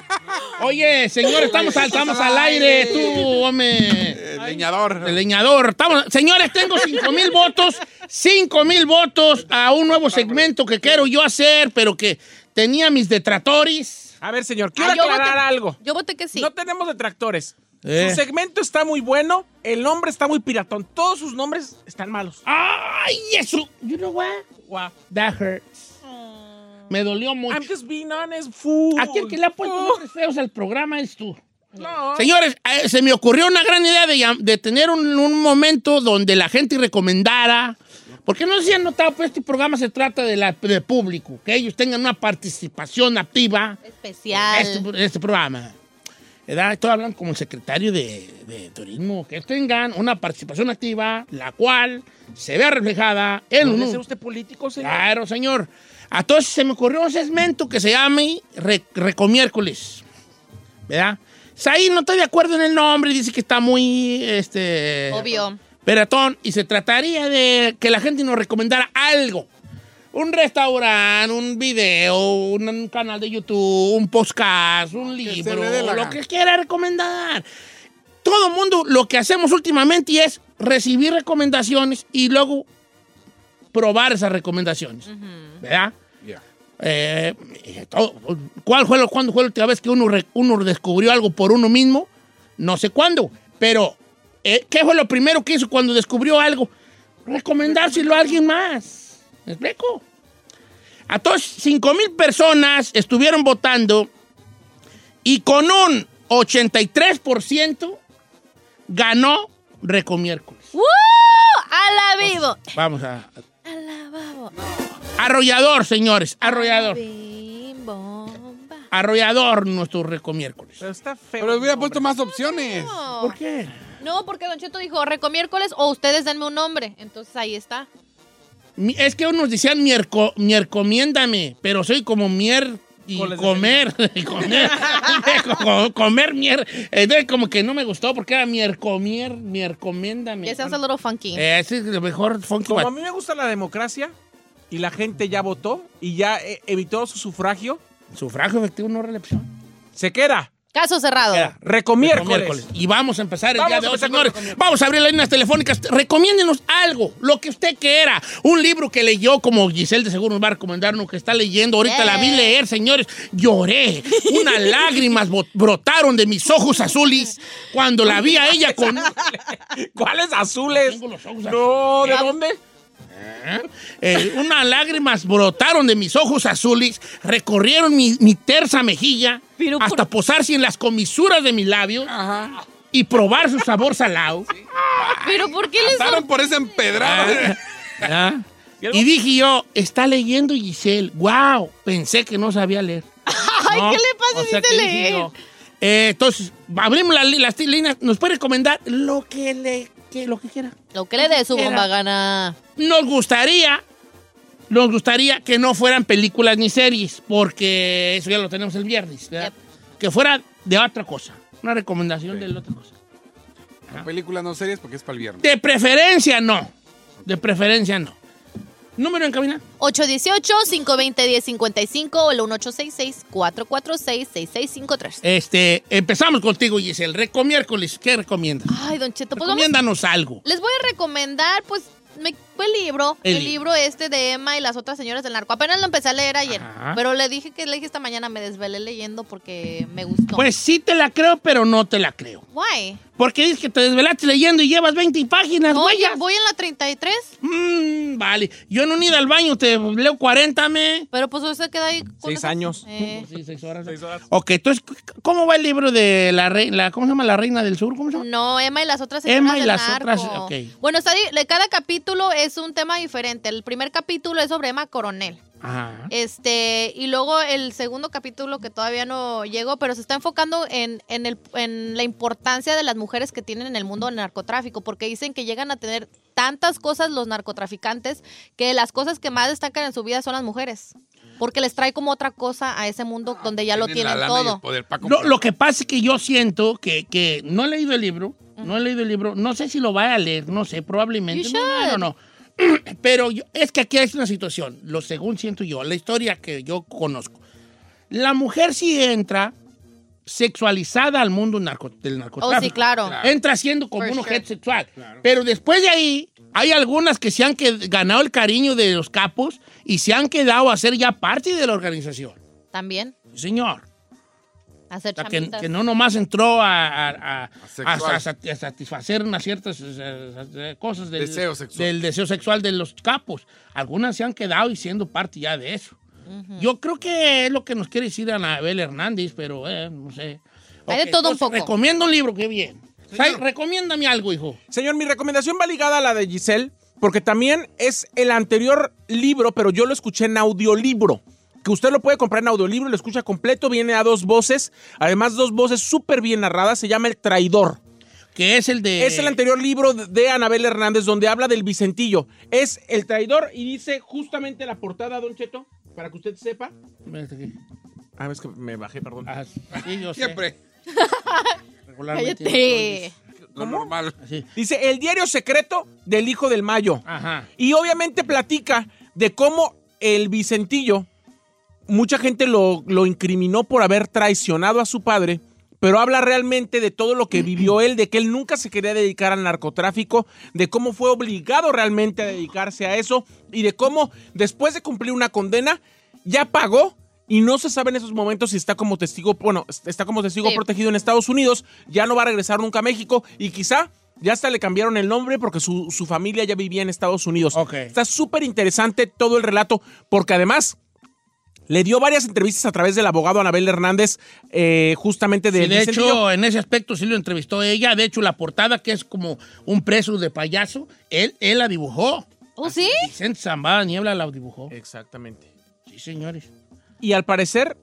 [SPEAKER 3] Oye, señor, estamos al, estamos al aire, tú, hombre.
[SPEAKER 4] Eh, leñador.
[SPEAKER 3] El leñador. Estamos, señores, tengo cinco mil votos, cinco mil votos a un nuevo segmento que quiero yo hacer, pero que tenía mis detractores.
[SPEAKER 1] A ver, señor, quiero
[SPEAKER 2] Ah, yo
[SPEAKER 1] aclarar
[SPEAKER 2] voté-
[SPEAKER 1] algo.
[SPEAKER 2] Yo voté que sí.
[SPEAKER 1] No tenemos detractores.
[SPEAKER 3] Eh.
[SPEAKER 1] Su segmento está muy bueno, el nombre está muy piratón. Todos sus nombres están malos.
[SPEAKER 3] ¡Ay, eso! You know what?
[SPEAKER 1] Wow.
[SPEAKER 3] That hurts. Me dolió
[SPEAKER 1] I'm
[SPEAKER 3] mucho.
[SPEAKER 1] just being honest, fool. Oh,
[SPEAKER 3] Aquí el que le ha puesto nombres feos al programa es tú.
[SPEAKER 1] No.
[SPEAKER 3] Señores, eh, se me ocurrió una gran idea de, llam- de tener un, un momento donde la gente recomendara. Porque no sé si han notado, pero este programa se trata de, la, de público, que ellos tengan una participación activa en este,
[SPEAKER 2] Especial.
[SPEAKER 3] pro- este programa. ¿Verdad? Estoy hablando como el secretario de, de turismo, que tengan una participación activa, la cual se vea reflejada en
[SPEAKER 1] ¿Puede
[SPEAKER 3] un-
[SPEAKER 1] ser usted político, señor?
[SPEAKER 3] Claro, señor. Entonces se me ocurrió un segmento que se llame Re- Recomiércoles. ¿Verdad? Saí no estoy de acuerdo en el nombre, dice que está muy. Este,
[SPEAKER 2] Obvio.
[SPEAKER 3] Peratón. Y se trataría de que la gente nos recomendara algo. Un restaurante, un video, un, un canal de YouTube, un podcast, un libro,
[SPEAKER 4] le dé la
[SPEAKER 3] lo
[SPEAKER 4] gana.
[SPEAKER 3] que quiera recomendar. Todo el mundo lo que hacemos últimamente es recibir recomendaciones y luego probar esas recomendaciones. ¿Verdad?
[SPEAKER 4] Ya.
[SPEAKER 3] Eh, eh, todo- ¿Cuál fue, lo- cuándo fue la última vez que uno, re- uno descubrió algo por uno mismo? No sé cuándo, pero eh, ¿qué fue lo primero que hizo cuando descubrió algo? Recomendárselo a alguien más. ¿Me explico? A todos 5 mil personas estuvieron votando y con un 83% ganó Recomiércoles.
[SPEAKER 2] ¡Woo! ¡Oh, ¡A la vivo!
[SPEAKER 3] Vamos a...
[SPEAKER 2] ¡A la babo!
[SPEAKER 3] Arrollador, señores, arrollador.
[SPEAKER 2] Bim, bomba.
[SPEAKER 3] Arrollador nuestro recomiércoles.
[SPEAKER 1] Pero está feo.
[SPEAKER 4] Pero
[SPEAKER 1] el
[SPEAKER 4] hubiera
[SPEAKER 1] nombre.
[SPEAKER 4] puesto más opciones.
[SPEAKER 2] No.
[SPEAKER 3] ¿Por qué?
[SPEAKER 2] No, porque Don Cheto dijo, recomiércoles o ustedes denme un nombre. Entonces ahí está.
[SPEAKER 3] Mi- Es que unos decían mierco, miercomiéndame, pero soy como mier y
[SPEAKER 1] Coles de
[SPEAKER 3] comer, y comer, co- comer mier. Entonces como que no me gustó porque era miercomier, miercomiéndame.
[SPEAKER 2] Ya sounds a little funky.
[SPEAKER 3] Eh, Ese es lo mejor funky.
[SPEAKER 1] Como
[SPEAKER 3] bat-
[SPEAKER 1] a mí me gusta la democracia y la gente ya votó y ya eh, evitó su sufragio,
[SPEAKER 3] Sufragio efectivo, no reelección.
[SPEAKER 1] se queda.
[SPEAKER 2] Caso cerrado.
[SPEAKER 3] Era
[SPEAKER 1] Recomiércoles.
[SPEAKER 3] Y vamos a empezar el
[SPEAKER 1] Vamos
[SPEAKER 3] día
[SPEAKER 1] a
[SPEAKER 3] de hoy,
[SPEAKER 1] empezar con
[SPEAKER 3] señores.
[SPEAKER 1] recomiéndanos.
[SPEAKER 3] Vamos a abrir las líneas telefónicas. Recomiéndenos algo, lo que usted quiera. Un libro que leyó, como Giselle de Seguro nos va a recomendar, uno que está leyendo. Ahorita
[SPEAKER 2] Yeah.
[SPEAKER 3] la vi leer, señores. Lloré. Unas lágrimas bot- brotaron de mis ojos azules cuando la vi a ella con...
[SPEAKER 1] ¿Cuáles azules?
[SPEAKER 3] Tengo los ojos
[SPEAKER 1] No, ¿de dónde?
[SPEAKER 3] Eh, unas lágrimas brotaron de mis ojos azules, recorrieron mi, mi tersa mejilla hasta posarse en las comisuras de mis labios y probar su sabor salado.
[SPEAKER 2] Pero ¿por qué les
[SPEAKER 4] Pasaron por ese empedrado.
[SPEAKER 3] Ah. Y dije yo, está leyendo Giselle. ¡Wow! Pensé que no sabía leer.
[SPEAKER 2] Ay,
[SPEAKER 3] No,
[SPEAKER 2] ¿qué le pasa
[SPEAKER 3] o
[SPEAKER 2] si
[SPEAKER 3] sea
[SPEAKER 2] te
[SPEAKER 3] que dije
[SPEAKER 2] lee?
[SPEAKER 3] yo, eh, entonces, abrimos la li- las ti- líneas. ¿Nos puede recomendar lo que le que, lo que quiera?
[SPEAKER 2] Lo que le dé su
[SPEAKER 3] Era.
[SPEAKER 2] bomba gana.
[SPEAKER 3] Nos gustaría, nos gustaría que no fueran películas ni series, porque eso ya lo tenemos el viernes, ¿verdad? Que fuera de otra cosa. Una recomendación de la otra cosa.
[SPEAKER 4] Películas no series porque es para el viernes.
[SPEAKER 3] De preferencia, no. De preferencia, no. Número en cabina.
[SPEAKER 2] 818-520-1055 o el 1866-446-6653.
[SPEAKER 3] Este, empezamos contigo, Giselle. Reco miércoles, ¿qué recomiendas?
[SPEAKER 2] Ay, Don Cheto, pues vamos.
[SPEAKER 3] Recomiéndanos algo.
[SPEAKER 2] Les voy a recomendar, pues, me, fue el libro,
[SPEAKER 3] El
[SPEAKER 2] el,
[SPEAKER 3] libro.
[SPEAKER 2] libro este de Emma y las otras señoras del narco. Apenas lo empecé a leer ayer,
[SPEAKER 3] Ajá.
[SPEAKER 2] pero le dije que le dije esta mañana, me desvelé leyendo porque me gustó.
[SPEAKER 3] Pues sí te la creo, pero no te la creo.
[SPEAKER 2] Why?
[SPEAKER 3] Porque dices que te desvelaste leyendo y llevas 20 páginas,
[SPEAKER 2] No, ya
[SPEAKER 3] huellas.
[SPEAKER 2] voy en la 33,
[SPEAKER 3] Mm, vale. Yo no he ido al baño, te leo 40, me.
[SPEAKER 2] pero pues usted queda ahí con
[SPEAKER 1] Seis
[SPEAKER 2] esas-
[SPEAKER 1] años.
[SPEAKER 2] Eh,
[SPEAKER 3] Sí, seis horas.
[SPEAKER 1] Seis horas.
[SPEAKER 3] Ok, entonces, ¿cómo va el libro de la reina? ¿Cómo se llama? La reina del sur, ¿cómo se llama?
[SPEAKER 2] No, Emma y las otras señoras
[SPEAKER 3] Emma y
[SPEAKER 2] del
[SPEAKER 3] las
[SPEAKER 2] narco.
[SPEAKER 3] otras, ok.
[SPEAKER 2] Bueno, está di- de cada capítulo es un tema diferente. El primer capítulo es sobre Emma Coronel.
[SPEAKER 3] Ajá.
[SPEAKER 2] Este, y luego el segundo capítulo que todavía no llegó, pero se está enfocando en, en, el, en la importancia de las mujeres que tienen en el mundo del narcotráfico, porque dicen que llegan a tener tantas cosas los narcotraficantes que las cosas que más destacan en su vida son las mujeres, porque les trae como otra cosa a ese mundo donde ya lo
[SPEAKER 4] pues la
[SPEAKER 2] tienen
[SPEAKER 4] lana y el
[SPEAKER 2] todo.
[SPEAKER 4] poder para
[SPEAKER 3] Lo,
[SPEAKER 4] comprar.
[SPEAKER 3] lo que pasa es que yo siento que, que no he leído el libro, no he leído el libro, no sé si lo vaya a leer, no sé, probablemente. No,
[SPEAKER 2] You
[SPEAKER 3] no,
[SPEAKER 2] should.
[SPEAKER 3] no. Pero yo- es que aquí hay una situación, lo según siento yo, la historia que yo conozco. La mujer sí entra sexualizada al mundo narco- del narcotráfico.
[SPEAKER 2] Oh, sí, claro.
[SPEAKER 3] Entra siendo como
[SPEAKER 2] For
[SPEAKER 3] un
[SPEAKER 2] sure.
[SPEAKER 3] objeto sexual. Pero después de ahí, hay algunas que se han qued- ganado el cariño de los capos y se han quedado a ser ya parte de la organización.
[SPEAKER 2] También
[SPEAKER 3] Señor.
[SPEAKER 2] hacer
[SPEAKER 3] O sea, que,
[SPEAKER 2] chamitas.
[SPEAKER 3] que no nomás entró a, a- a-
[SPEAKER 4] sexual.
[SPEAKER 3] a- a sat- a satisfacer unas ciertas eh, eh, cosas del
[SPEAKER 4] Deseo sexual.
[SPEAKER 3] del deseo sexual de los capos. Algunas se han quedado y siendo parte ya de eso. Yo creo que es lo que nos quiere decir Anabel Hernández, pero eh, no sé.
[SPEAKER 2] Hay de
[SPEAKER 3] Ok,
[SPEAKER 2] todo un
[SPEAKER 3] entonces,
[SPEAKER 2] poco.
[SPEAKER 3] Recomiendo un libro, qué bien. Sai, recomiéndame algo, hijo.
[SPEAKER 1] Señor, mi recomendación va ligada a la de Giselle, porque también es el anterior libro, pero yo lo escuché en audiolibro. Que usted lo puede comprar en audiolibro, lo escucha completo, viene a dos voces, además dos voces súper bien narradas, se llama El Traidor.
[SPEAKER 3] Que es el de.
[SPEAKER 1] Es el anterior libro de- de Anabel Hernández donde habla del Vicentillo. Es El Traidor y dice justamente la portada, Don Cheto, para que usted sepa. Ah, es que me bajé, perdón.
[SPEAKER 3] Ah, sí, yo sé.
[SPEAKER 4] Siempre.
[SPEAKER 3] Regularmente
[SPEAKER 2] Cállate.
[SPEAKER 4] Lo normal.
[SPEAKER 3] no estoy así.
[SPEAKER 1] Dice El diario secreto del hijo del Mayo.
[SPEAKER 3] Ajá.
[SPEAKER 1] Y obviamente platica de cómo el Vicentillo, mucha gente lo, lo incriminó por haber traicionado a su padre, pero habla realmente de todo lo que vivió él, de que él nunca se quería dedicar al narcotráfico, de cómo fue obligado realmente a dedicarse a eso y de cómo después de cumplir una condena ya pagó. Y no se sabe en esos momentos si está como testigo, bueno, está como testigo
[SPEAKER 2] Sí.
[SPEAKER 1] protegido en Estados Unidos, ya no va a regresar nunca a México y quizá ya hasta le cambiaron el nombre porque su, su familia ya vivía en Estados Unidos.
[SPEAKER 3] Ok.
[SPEAKER 1] Está súper interesante todo el relato, porque además le dio varias entrevistas a través del abogado Anabel Hernández, eh, justamente de,
[SPEAKER 3] Sí, de
[SPEAKER 1] Vicentillo.
[SPEAKER 3] hecho, en ese aspecto sí lo entrevistó ella. De hecho, la portada, que es como un preso de payaso, él, él la dibujó.
[SPEAKER 2] ¿Oh, sí?
[SPEAKER 3] Vicente
[SPEAKER 1] Eh,
[SPEAKER 3] Zambada Niebla la dibujó.
[SPEAKER 1] Exactamente.
[SPEAKER 3] Sí, señores.
[SPEAKER 1] Y al parecer,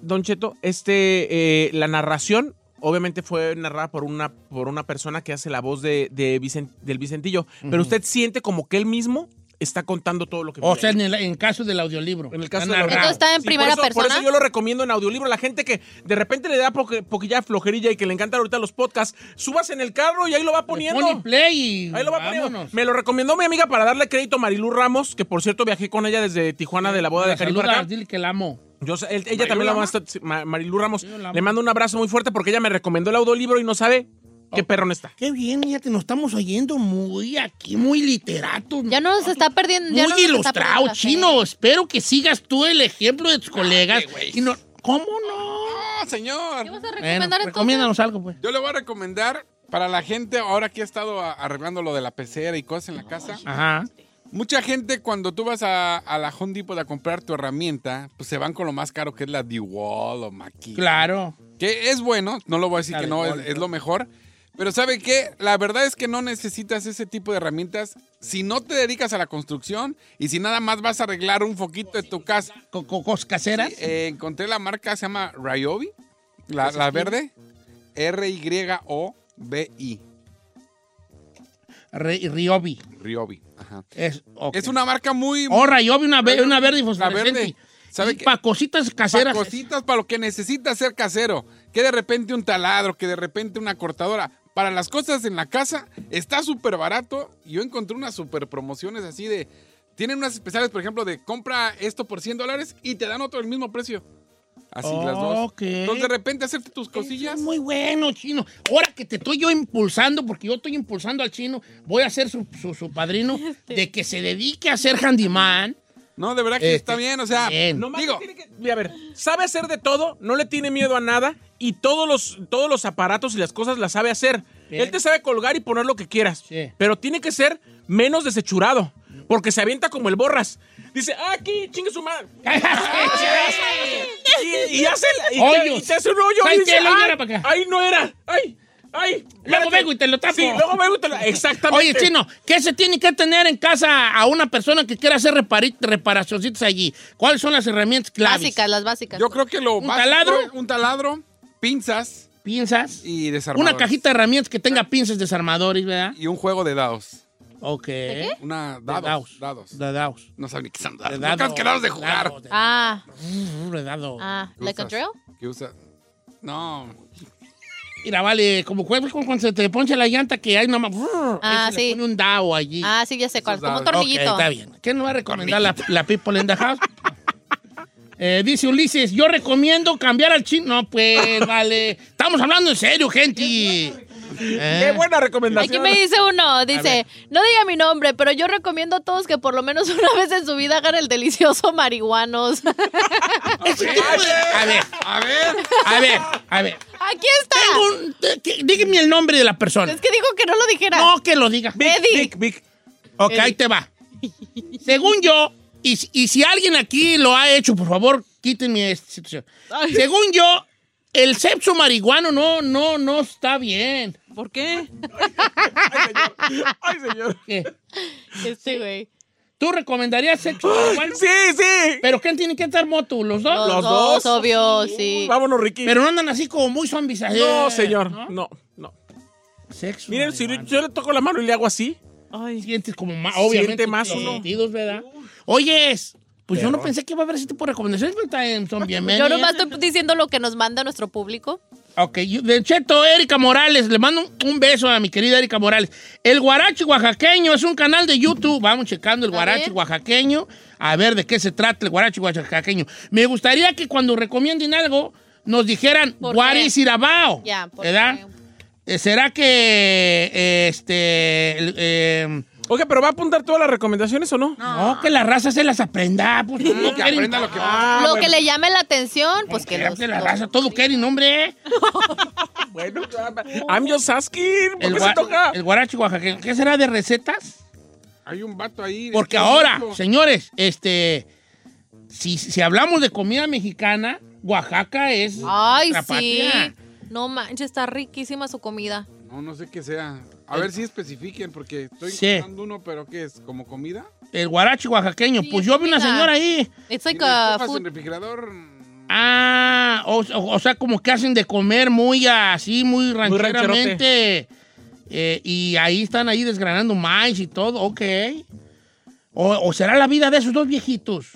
[SPEAKER 1] Don Cheto, este, eh, la narración obviamente fue narrada por una, por una persona que hace la voz de, de Vicen- del Vicentillo, pero usted siente como que él mismo está contando todo lo que
[SPEAKER 3] O
[SPEAKER 1] vive
[SPEAKER 3] sea,
[SPEAKER 1] ahí.
[SPEAKER 3] en el en caso del audiolibro.
[SPEAKER 1] En el caso
[SPEAKER 3] Está
[SPEAKER 1] de la-
[SPEAKER 3] narrado.
[SPEAKER 2] Entonces, está en primera
[SPEAKER 1] por eso, Por
[SPEAKER 2] persona.
[SPEAKER 1] eso yo lo recomiendo en audiolibro. La gente que de repente le da poque- poquilla flojerilla y que le encantan ahorita los podcasts, subas en el carro y ahí lo va
[SPEAKER 3] Le
[SPEAKER 1] poniendo.
[SPEAKER 3] pone play y
[SPEAKER 1] Ahí lo va poniendo.
[SPEAKER 3] vámonos.
[SPEAKER 1] Me lo recomendó mi amiga para darle crédito a Marilu Ramos, que por cierto viajé con ella desde Tijuana de la boda de Caribe
[SPEAKER 3] Saluda,
[SPEAKER 1] para acá.
[SPEAKER 3] dile que la amo.
[SPEAKER 1] Yo sé- él- ella también la va a estar- sí, Ma- Marilu Ramos.
[SPEAKER 3] Yo la amo.
[SPEAKER 1] Le mando un abrazo muy fuerte porque ella me recomendó el audiolibro y no sabe qué perrón está.
[SPEAKER 3] Qué bien, fíjate, nos estamos oyendo muy aquí, muy literatos.
[SPEAKER 2] Ya no nos está perdiendo. ya
[SPEAKER 3] muy
[SPEAKER 2] no nos está perdiendo
[SPEAKER 3] ilustrado,
[SPEAKER 2] la fe.
[SPEAKER 3] chino. Espero que sigas tú el ejemplo de tus
[SPEAKER 1] Ah,
[SPEAKER 3] colegas.
[SPEAKER 4] güey.
[SPEAKER 3] Y no- ¿Cómo no?
[SPEAKER 4] No, señor.
[SPEAKER 2] ¿Qué vas a
[SPEAKER 3] Bueno,
[SPEAKER 2] recomendar entonces?
[SPEAKER 3] recomiéndanos algo, pues.
[SPEAKER 4] Yo le voy a recomendar para la gente ahora que ha estado a- arreglando lo de la pecera y cosas en la casa.
[SPEAKER 3] Ajá.
[SPEAKER 4] Mucha gente cuando tú vas a, a la Home Depot a comprar tu herramienta, pues se van con lo más caro que es la D-Wall o Maquilla.
[SPEAKER 3] Claro.
[SPEAKER 4] Que es bueno, no lo voy a decir
[SPEAKER 3] La
[SPEAKER 4] que
[SPEAKER 3] de
[SPEAKER 4] no, es,
[SPEAKER 3] Wall,
[SPEAKER 4] es lo mejor. Pero ¿sabe qué? La verdad es que no necesitas ese tipo de herramientas si no te dedicas a la construcción y si nada más vas a arreglar un foquito de tu casa.
[SPEAKER 3] Co- co- Cosas caseras.
[SPEAKER 4] Eh, encontré la marca, se llama Ryobi, la, la verde, R-Y-O-B-I,
[SPEAKER 3] Re- Ryobi.
[SPEAKER 4] Ryobi. Ajá.
[SPEAKER 3] Es, ok.
[SPEAKER 4] Es una marca muy...
[SPEAKER 3] Oh, Ryobi, una, ve- una verde
[SPEAKER 4] La verde.
[SPEAKER 3] fosforescente.
[SPEAKER 4] ¿Sabe
[SPEAKER 3] Y
[SPEAKER 4] qué?
[SPEAKER 3] pa' cositas caseras.
[SPEAKER 4] Para cositas, para lo que necesitas ser casero. Que de repente un taladro, que de repente una cortadora. Para las cosas en la casa está súper barato. Yo encontré unas súper promociones así de... Tienen unas especiales, por ejemplo, de compra esto por 100 dólares y te dan otro al mismo precio. Así las dos.
[SPEAKER 3] Ok.
[SPEAKER 4] Entonces de repente hacerte tus
[SPEAKER 3] Eso
[SPEAKER 4] cosillas.
[SPEAKER 3] es muy bueno, chino. Ahora que te estoy yo impulsando, porque yo estoy impulsando al chino, voy a ser su, su- su padrino de que se dedique a ser handyman.
[SPEAKER 4] No, de verdad que
[SPEAKER 3] Este,
[SPEAKER 4] está bien. O sea,
[SPEAKER 3] bien.
[SPEAKER 1] No más
[SPEAKER 4] digo,
[SPEAKER 1] que tiene que- mira, a ver, sabe hacer de todo, no le tiene miedo a nada y todos los, todos los aparatos y las cosas las sabe hacer.
[SPEAKER 3] Bien.
[SPEAKER 1] Él te sabe colgar y poner lo que quieras,
[SPEAKER 3] Sí.
[SPEAKER 1] pero tiene que ser menos desechurado, porque se avienta como el borras. Dice, ah, aquí, chingue su madre. Y, y hace, la- y, te,
[SPEAKER 3] Hoyos.
[SPEAKER 1] y te hace un hoyo.
[SPEAKER 3] ¿Sabes
[SPEAKER 1] y dice,
[SPEAKER 3] qué? El hoyo
[SPEAKER 1] "Ay,
[SPEAKER 3] era para acá".
[SPEAKER 1] Ahí no era. Ay, ay. espérate".
[SPEAKER 3] vengo y te lo tapo.
[SPEAKER 1] Sí, luego vengo y te lo Exactamente.
[SPEAKER 3] Oye, chino, ¿qué se tiene que tener en casa a una persona que quiera hacer repari- reparacioncitas allí? ¿Cuáles son las herramientas claves?
[SPEAKER 2] Básicas, las básicas.
[SPEAKER 4] yo creo que lo
[SPEAKER 3] ¿Un
[SPEAKER 4] básico-
[SPEAKER 3] taladro?
[SPEAKER 4] Un taladro, pinzas
[SPEAKER 3] Pinzas.
[SPEAKER 4] y desarmadores.
[SPEAKER 3] Una cajita de herramientas que tenga pinzas desarmadores, ¿verdad?
[SPEAKER 4] Y un juego de dados.
[SPEAKER 3] Ok. ¿De
[SPEAKER 4] Una, dados, dados.
[SPEAKER 3] De dados.
[SPEAKER 4] No saben ni qué son
[SPEAKER 3] De
[SPEAKER 4] dados. No
[SPEAKER 3] dados.
[SPEAKER 4] creo que dados de jugar.
[SPEAKER 3] dados, de-
[SPEAKER 2] Ah,
[SPEAKER 3] Mm, de dados.
[SPEAKER 2] ah,
[SPEAKER 4] ¿Qué
[SPEAKER 2] ¿like a
[SPEAKER 4] usas?
[SPEAKER 2] drill?
[SPEAKER 4] ¿Qué usa? No.
[SPEAKER 3] Mira, vale, como cuando, cuando se te poncha la llanta que hay nomás.
[SPEAKER 2] Ah,
[SPEAKER 3] ese le
[SPEAKER 2] sí.
[SPEAKER 3] pone un dao allí.
[SPEAKER 2] Ah, sí, ya sé cuál. Como un
[SPEAKER 3] Ok,
[SPEAKER 2] tornillito.
[SPEAKER 3] está bien. ¿Quién nos va a recomendar la, la People in the House? Eh, dice Ulises, yo recomiendo cambiar al chino. No, pues, vale. Estamos hablando en serio, gente. Eh,
[SPEAKER 1] Qué buena recomendación.
[SPEAKER 2] Aquí me dice uno, dice, no diga mi nombre, pero yo recomiendo a todos que por lo menos una vez en su vida hagan el delicioso marihuanos.
[SPEAKER 3] ese tipo de- Eh. A ver,
[SPEAKER 4] A ver.
[SPEAKER 3] a ver, a ver.
[SPEAKER 2] Aquí está.
[SPEAKER 3] Tengo un- te- que- dígame el nombre de la persona.
[SPEAKER 2] Es que dijo que no lo dijera.
[SPEAKER 3] No, que lo diga.
[SPEAKER 1] Vic,
[SPEAKER 2] Eddie.
[SPEAKER 1] Vic, Vic.
[SPEAKER 3] Ok, ahí te va. Según yo, y, si- y si alguien aquí lo ha hecho, por favor, quítenme esta situación.
[SPEAKER 5] Ay.
[SPEAKER 3] Según yo, el sexo marihuano no, no, no está bien.
[SPEAKER 5] ¿Por qué?
[SPEAKER 1] Ay, señor.
[SPEAKER 3] ¿Qué?
[SPEAKER 2] Este güey.
[SPEAKER 3] ¿Tú recomendarías sexo marihuano?
[SPEAKER 1] Sí, sí.
[SPEAKER 3] ¿Pero quién tiene que estar moto? ¿Los dos?
[SPEAKER 2] Los,
[SPEAKER 1] Los
[SPEAKER 2] dos,
[SPEAKER 1] dos.
[SPEAKER 2] obvio, sí.
[SPEAKER 1] Vámonos, Ricky.
[SPEAKER 3] Pero no andan así como muy zombies. ayer,
[SPEAKER 1] no, señor.
[SPEAKER 3] ¿no?
[SPEAKER 1] No, no.
[SPEAKER 3] Sexo
[SPEAKER 1] Miren, si
[SPEAKER 3] marihuano.
[SPEAKER 1] yo le toco la mano y le hago así.
[SPEAKER 5] Ay.
[SPEAKER 3] Sientes como más,
[SPEAKER 1] Siente
[SPEAKER 3] obviamente.
[SPEAKER 1] más
[SPEAKER 3] tus
[SPEAKER 1] uno.
[SPEAKER 3] sentidos, ¿verdad? Oyes, pues yo no pensé que iba a haber ese tipo de recomendaciones, pero está en zombie
[SPEAKER 2] Yo nomás estoy diciendo lo que nos manda nuestro público.
[SPEAKER 3] Ok, yo- de Cheto, Erika Morales, le mando un, un beso a mi querida Erika Morales. El Guarachi Oaxaqueño es un canal de YouTube. Vamos checando el
[SPEAKER 2] A
[SPEAKER 3] Guarachi
[SPEAKER 2] ver.
[SPEAKER 3] Oaxaqueño, a ver de qué se trata el Guarachi Oaxaqueño. Me gustaría que cuando recomienden algo nos dijeran
[SPEAKER 2] ¿Por
[SPEAKER 3] What
[SPEAKER 2] qué?
[SPEAKER 3] is it about?",
[SPEAKER 2] Ya, porque-
[SPEAKER 3] ¿verdad? Eh, ¿Será que eh, este el, eh,
[SPEAKER 1] Oiga, pero va a apuntar todas las recomendaciones o no?
[SPEAKER 3] no, que la raza se las aprenda? Pues, no
[SPEAKER 4] que
[SPEAKER 3] quieren-
[SPEAKER 4] aprenda lo que
[SPEAKER 1] Ah,
[SPEAKER 2] lo
[SPEAKER 1] bueno.
[SPEAKER 2] que le llame la atención, pues que
[SPEAKER 3] que
[SPEAKER 2] los-
[SPEAKER 3] la
[SPEAKER 2] los-
[SPEAKER 3] raza todo quieren, hombre.
[SPEAKER 1] Bueno, I'm just asking. ¿Por
[SPEAKER 3] El,
[SPEAKER 1] qué se
[SPEAKER 3] gua-
[SPEAKER 1] toca?
[SPEAKER 3] el Guarachi Oaxaqueño. ¿Qué será de recetas?
[SPEAKER 4] Hay un vato ahí.
[SPEAKER 3] Porque
[SPEAKER 4] Este
[SPEAKER 3] ahora,
[SPEAKER 4] vato.
[SPEAKER 3] señores, este, si, si hablamos de comida mexicana, Oaxaca es
[SPEAKER 2] Ay,
[SPEAKER 3] la
[SPEAKER 2] sí.
[SPEAKER 3] patria.
[SPEAKER 2] No manches, está riquísima su comida.
[SPEAKER 4] No, no sé qué sea. A ver si especifiquen, porque estoy
[SPEAKER 3] Eh, Sí.
[SPEAKER 4] encontrando uno, pero ¿qué es? ¿Como comida?
[SPEAKER 3] El guarachi oaxaqueño.
[SPEAKER 2] Sí,
[SPEAKER 3] pues yo vi una
[SPEAKER 2] comida.
[SPEAKER 3] señora ahí.
[SPEAKER 2] It's
[SPEAKER 4] ¿Tiene
[SPEAKER 2] like a
[SPEAKER 4] estufas en
[SPEAKER 2] food.
[SPEAKER 4] refrigerador?
[SPEAKER 3] Ah, o, o- o sea, como que hacen de comer muy así, muy rancheramente. Eh, y ahí están ahí desgranando maíz y todo, ok. O, o será la vida de esos dos viejitos.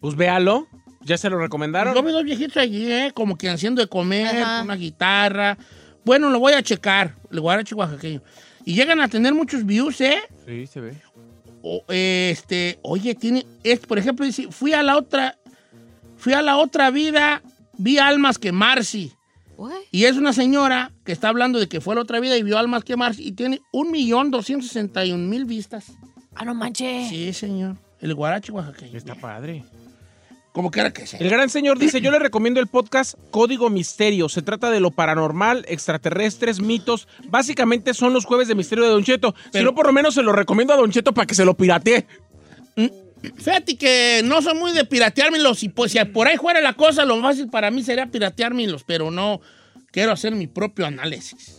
[SPEAKER 1] Pues véalo. Ya se lo recomendaron.
[SPEAKER 3] Yo veo dos viejitos allí, ¿eh? como que haciendo de comer,
[SPEAKER 2] Ajá.
[SPEAKER 3] con una guitarra. Bueno, lo voy a checar, el guarache oaxaqueño. Y llegan a tener muchos views, ¿eh?
[SPEAKER 1] Sí, se ve.
[SPEAKER 3] O, eh, este, oye, tiene, es, por ejemplo, dice, fui a la otra, fui a la otra vida, vi almas quemarse.
[SPEAKER 2] What?
[SPEAKER 3] Y es una señora que está hablando de que fue a la otra vida y vio almas quemarse y tiene un millón doscientos sesenta y un mil vistas.
[SPEAKER 2] Ah, no manches.
[SPEAKER 3] Sí, señor. El guarache oaxaqueño.
[SPEAKER 1] Está padre.
[SPEAKER 3] Como quiera que sea.
[SPEAKER 1] El gran señor dice, yo le recomiendo el podcast Código Misterio. Se trata de lo paranormal, extraterrestres, mitos. Básicamente son los jueves de misterio de Don Cheto. si
[SPEAKER 3] Pero-
[SPEAKER 1] no, por lo menos se lo recomiendo a Don Cheto para que se lo piratee.
[SPEAKER 3] Fíjate que no soy muy de pirateármelos y pues si por ahí fuera la cosa, lo fácil para mí sería pirateármelos, pero no quiero hacer mi propio análisis.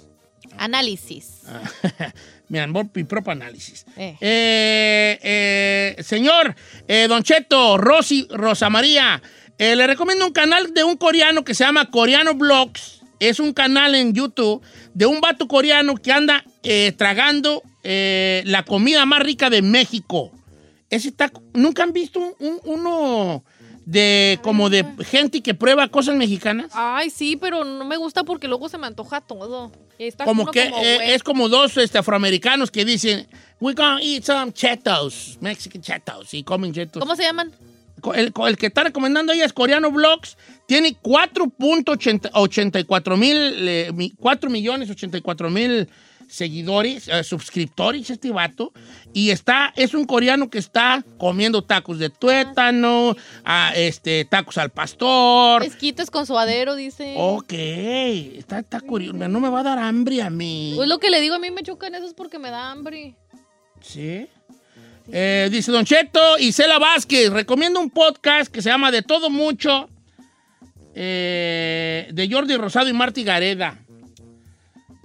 [SPEAKER 2] Análisis.
[SPEAKER 3] Ah. mi, amor, mi propio análisis.
[SPEAKER 2] Eh.
[SPEAKER 3] Eh, eh, señor, eh, Don Cheto, Rosy, Rosa María, eh, le recomiendo un canal de un coreano que se llama Coreano Blogs. Es un canal en YouTube de un vato coreano que anda eh, tragando eh, la comida más rica de México. Ese está, ¿Nunca han visto un- uno de como de gente que prueba cosas mexicanas?
[SPEAKER 2] Ay, sí, pero no me gusta porque luego se me antoja todo. Está
[SPEAKER 3] como
[SPEAKER 2] uno
[SPEAKER 3] que eh,
[SPEAKER 2] güey.
[SPEAKER 3] es como dos este, afroamericanos que dicen, we're gonna eat some chetos, Mexican chetos, y comen chetos.
[SPEAKER 2] ¿Cómo se llaman?
[SPEAKER 3] Co- El, co- el que está recomendando ella es Coreano Blogs, tiene 4.84 mil, eh, mi- 4 millones 84 mil seguidores, eh, suscriptores este vato, y está, es un coreano que está comiendo tacos de tuétano, ah, este, tacos al pastor,
[SPEAKER 2] Esquites con suadero, dice.
[SPEAKER 3] ok, está, está curioso, no me va a dar hambre a mí.
[SPEAKER 2] Pues lo que le digo, a mí me chocan esos porque me da hambre.
[SPEAKER 3] Sí. Eh, dice Don Cheto y Cela Vázquez, recomiendo un podcast que se llama De Todo Mucho, eh, de Jordi Rosado y Marti Gareda.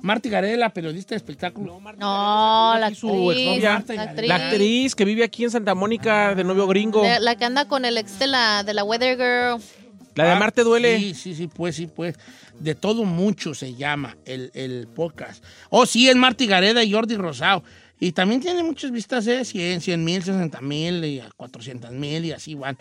[SPEAKER 3] Marti Gareda, la periodista de espectáculo.
[SPEAKER 2] No, la
[SPEAKER 1] Su exnovia.
[SPEAKER 2] actriz. La actriz.
[SPEAKER 1] La actriz que vive aquí en Santa Mónica de novio gringo.
[SPEAKER 2] La, la que anda con el ex de la, de la Weather Girl.
[SPEAKER 1] La de Marte
[SPEAKER 7] Ah,
[SPEAKER 1] duele.
[SPEAKER 3] Ah, Sí, sí, sí, pues, sí, pues. De Todo Mucho se llama el, el podcast. Oh, sí, es Marti Gareda y Jordi Rosado. Y también tiene muchas vistas, ¿eh? 100, 100 mil, 60 mil, y a 400 mil y así van.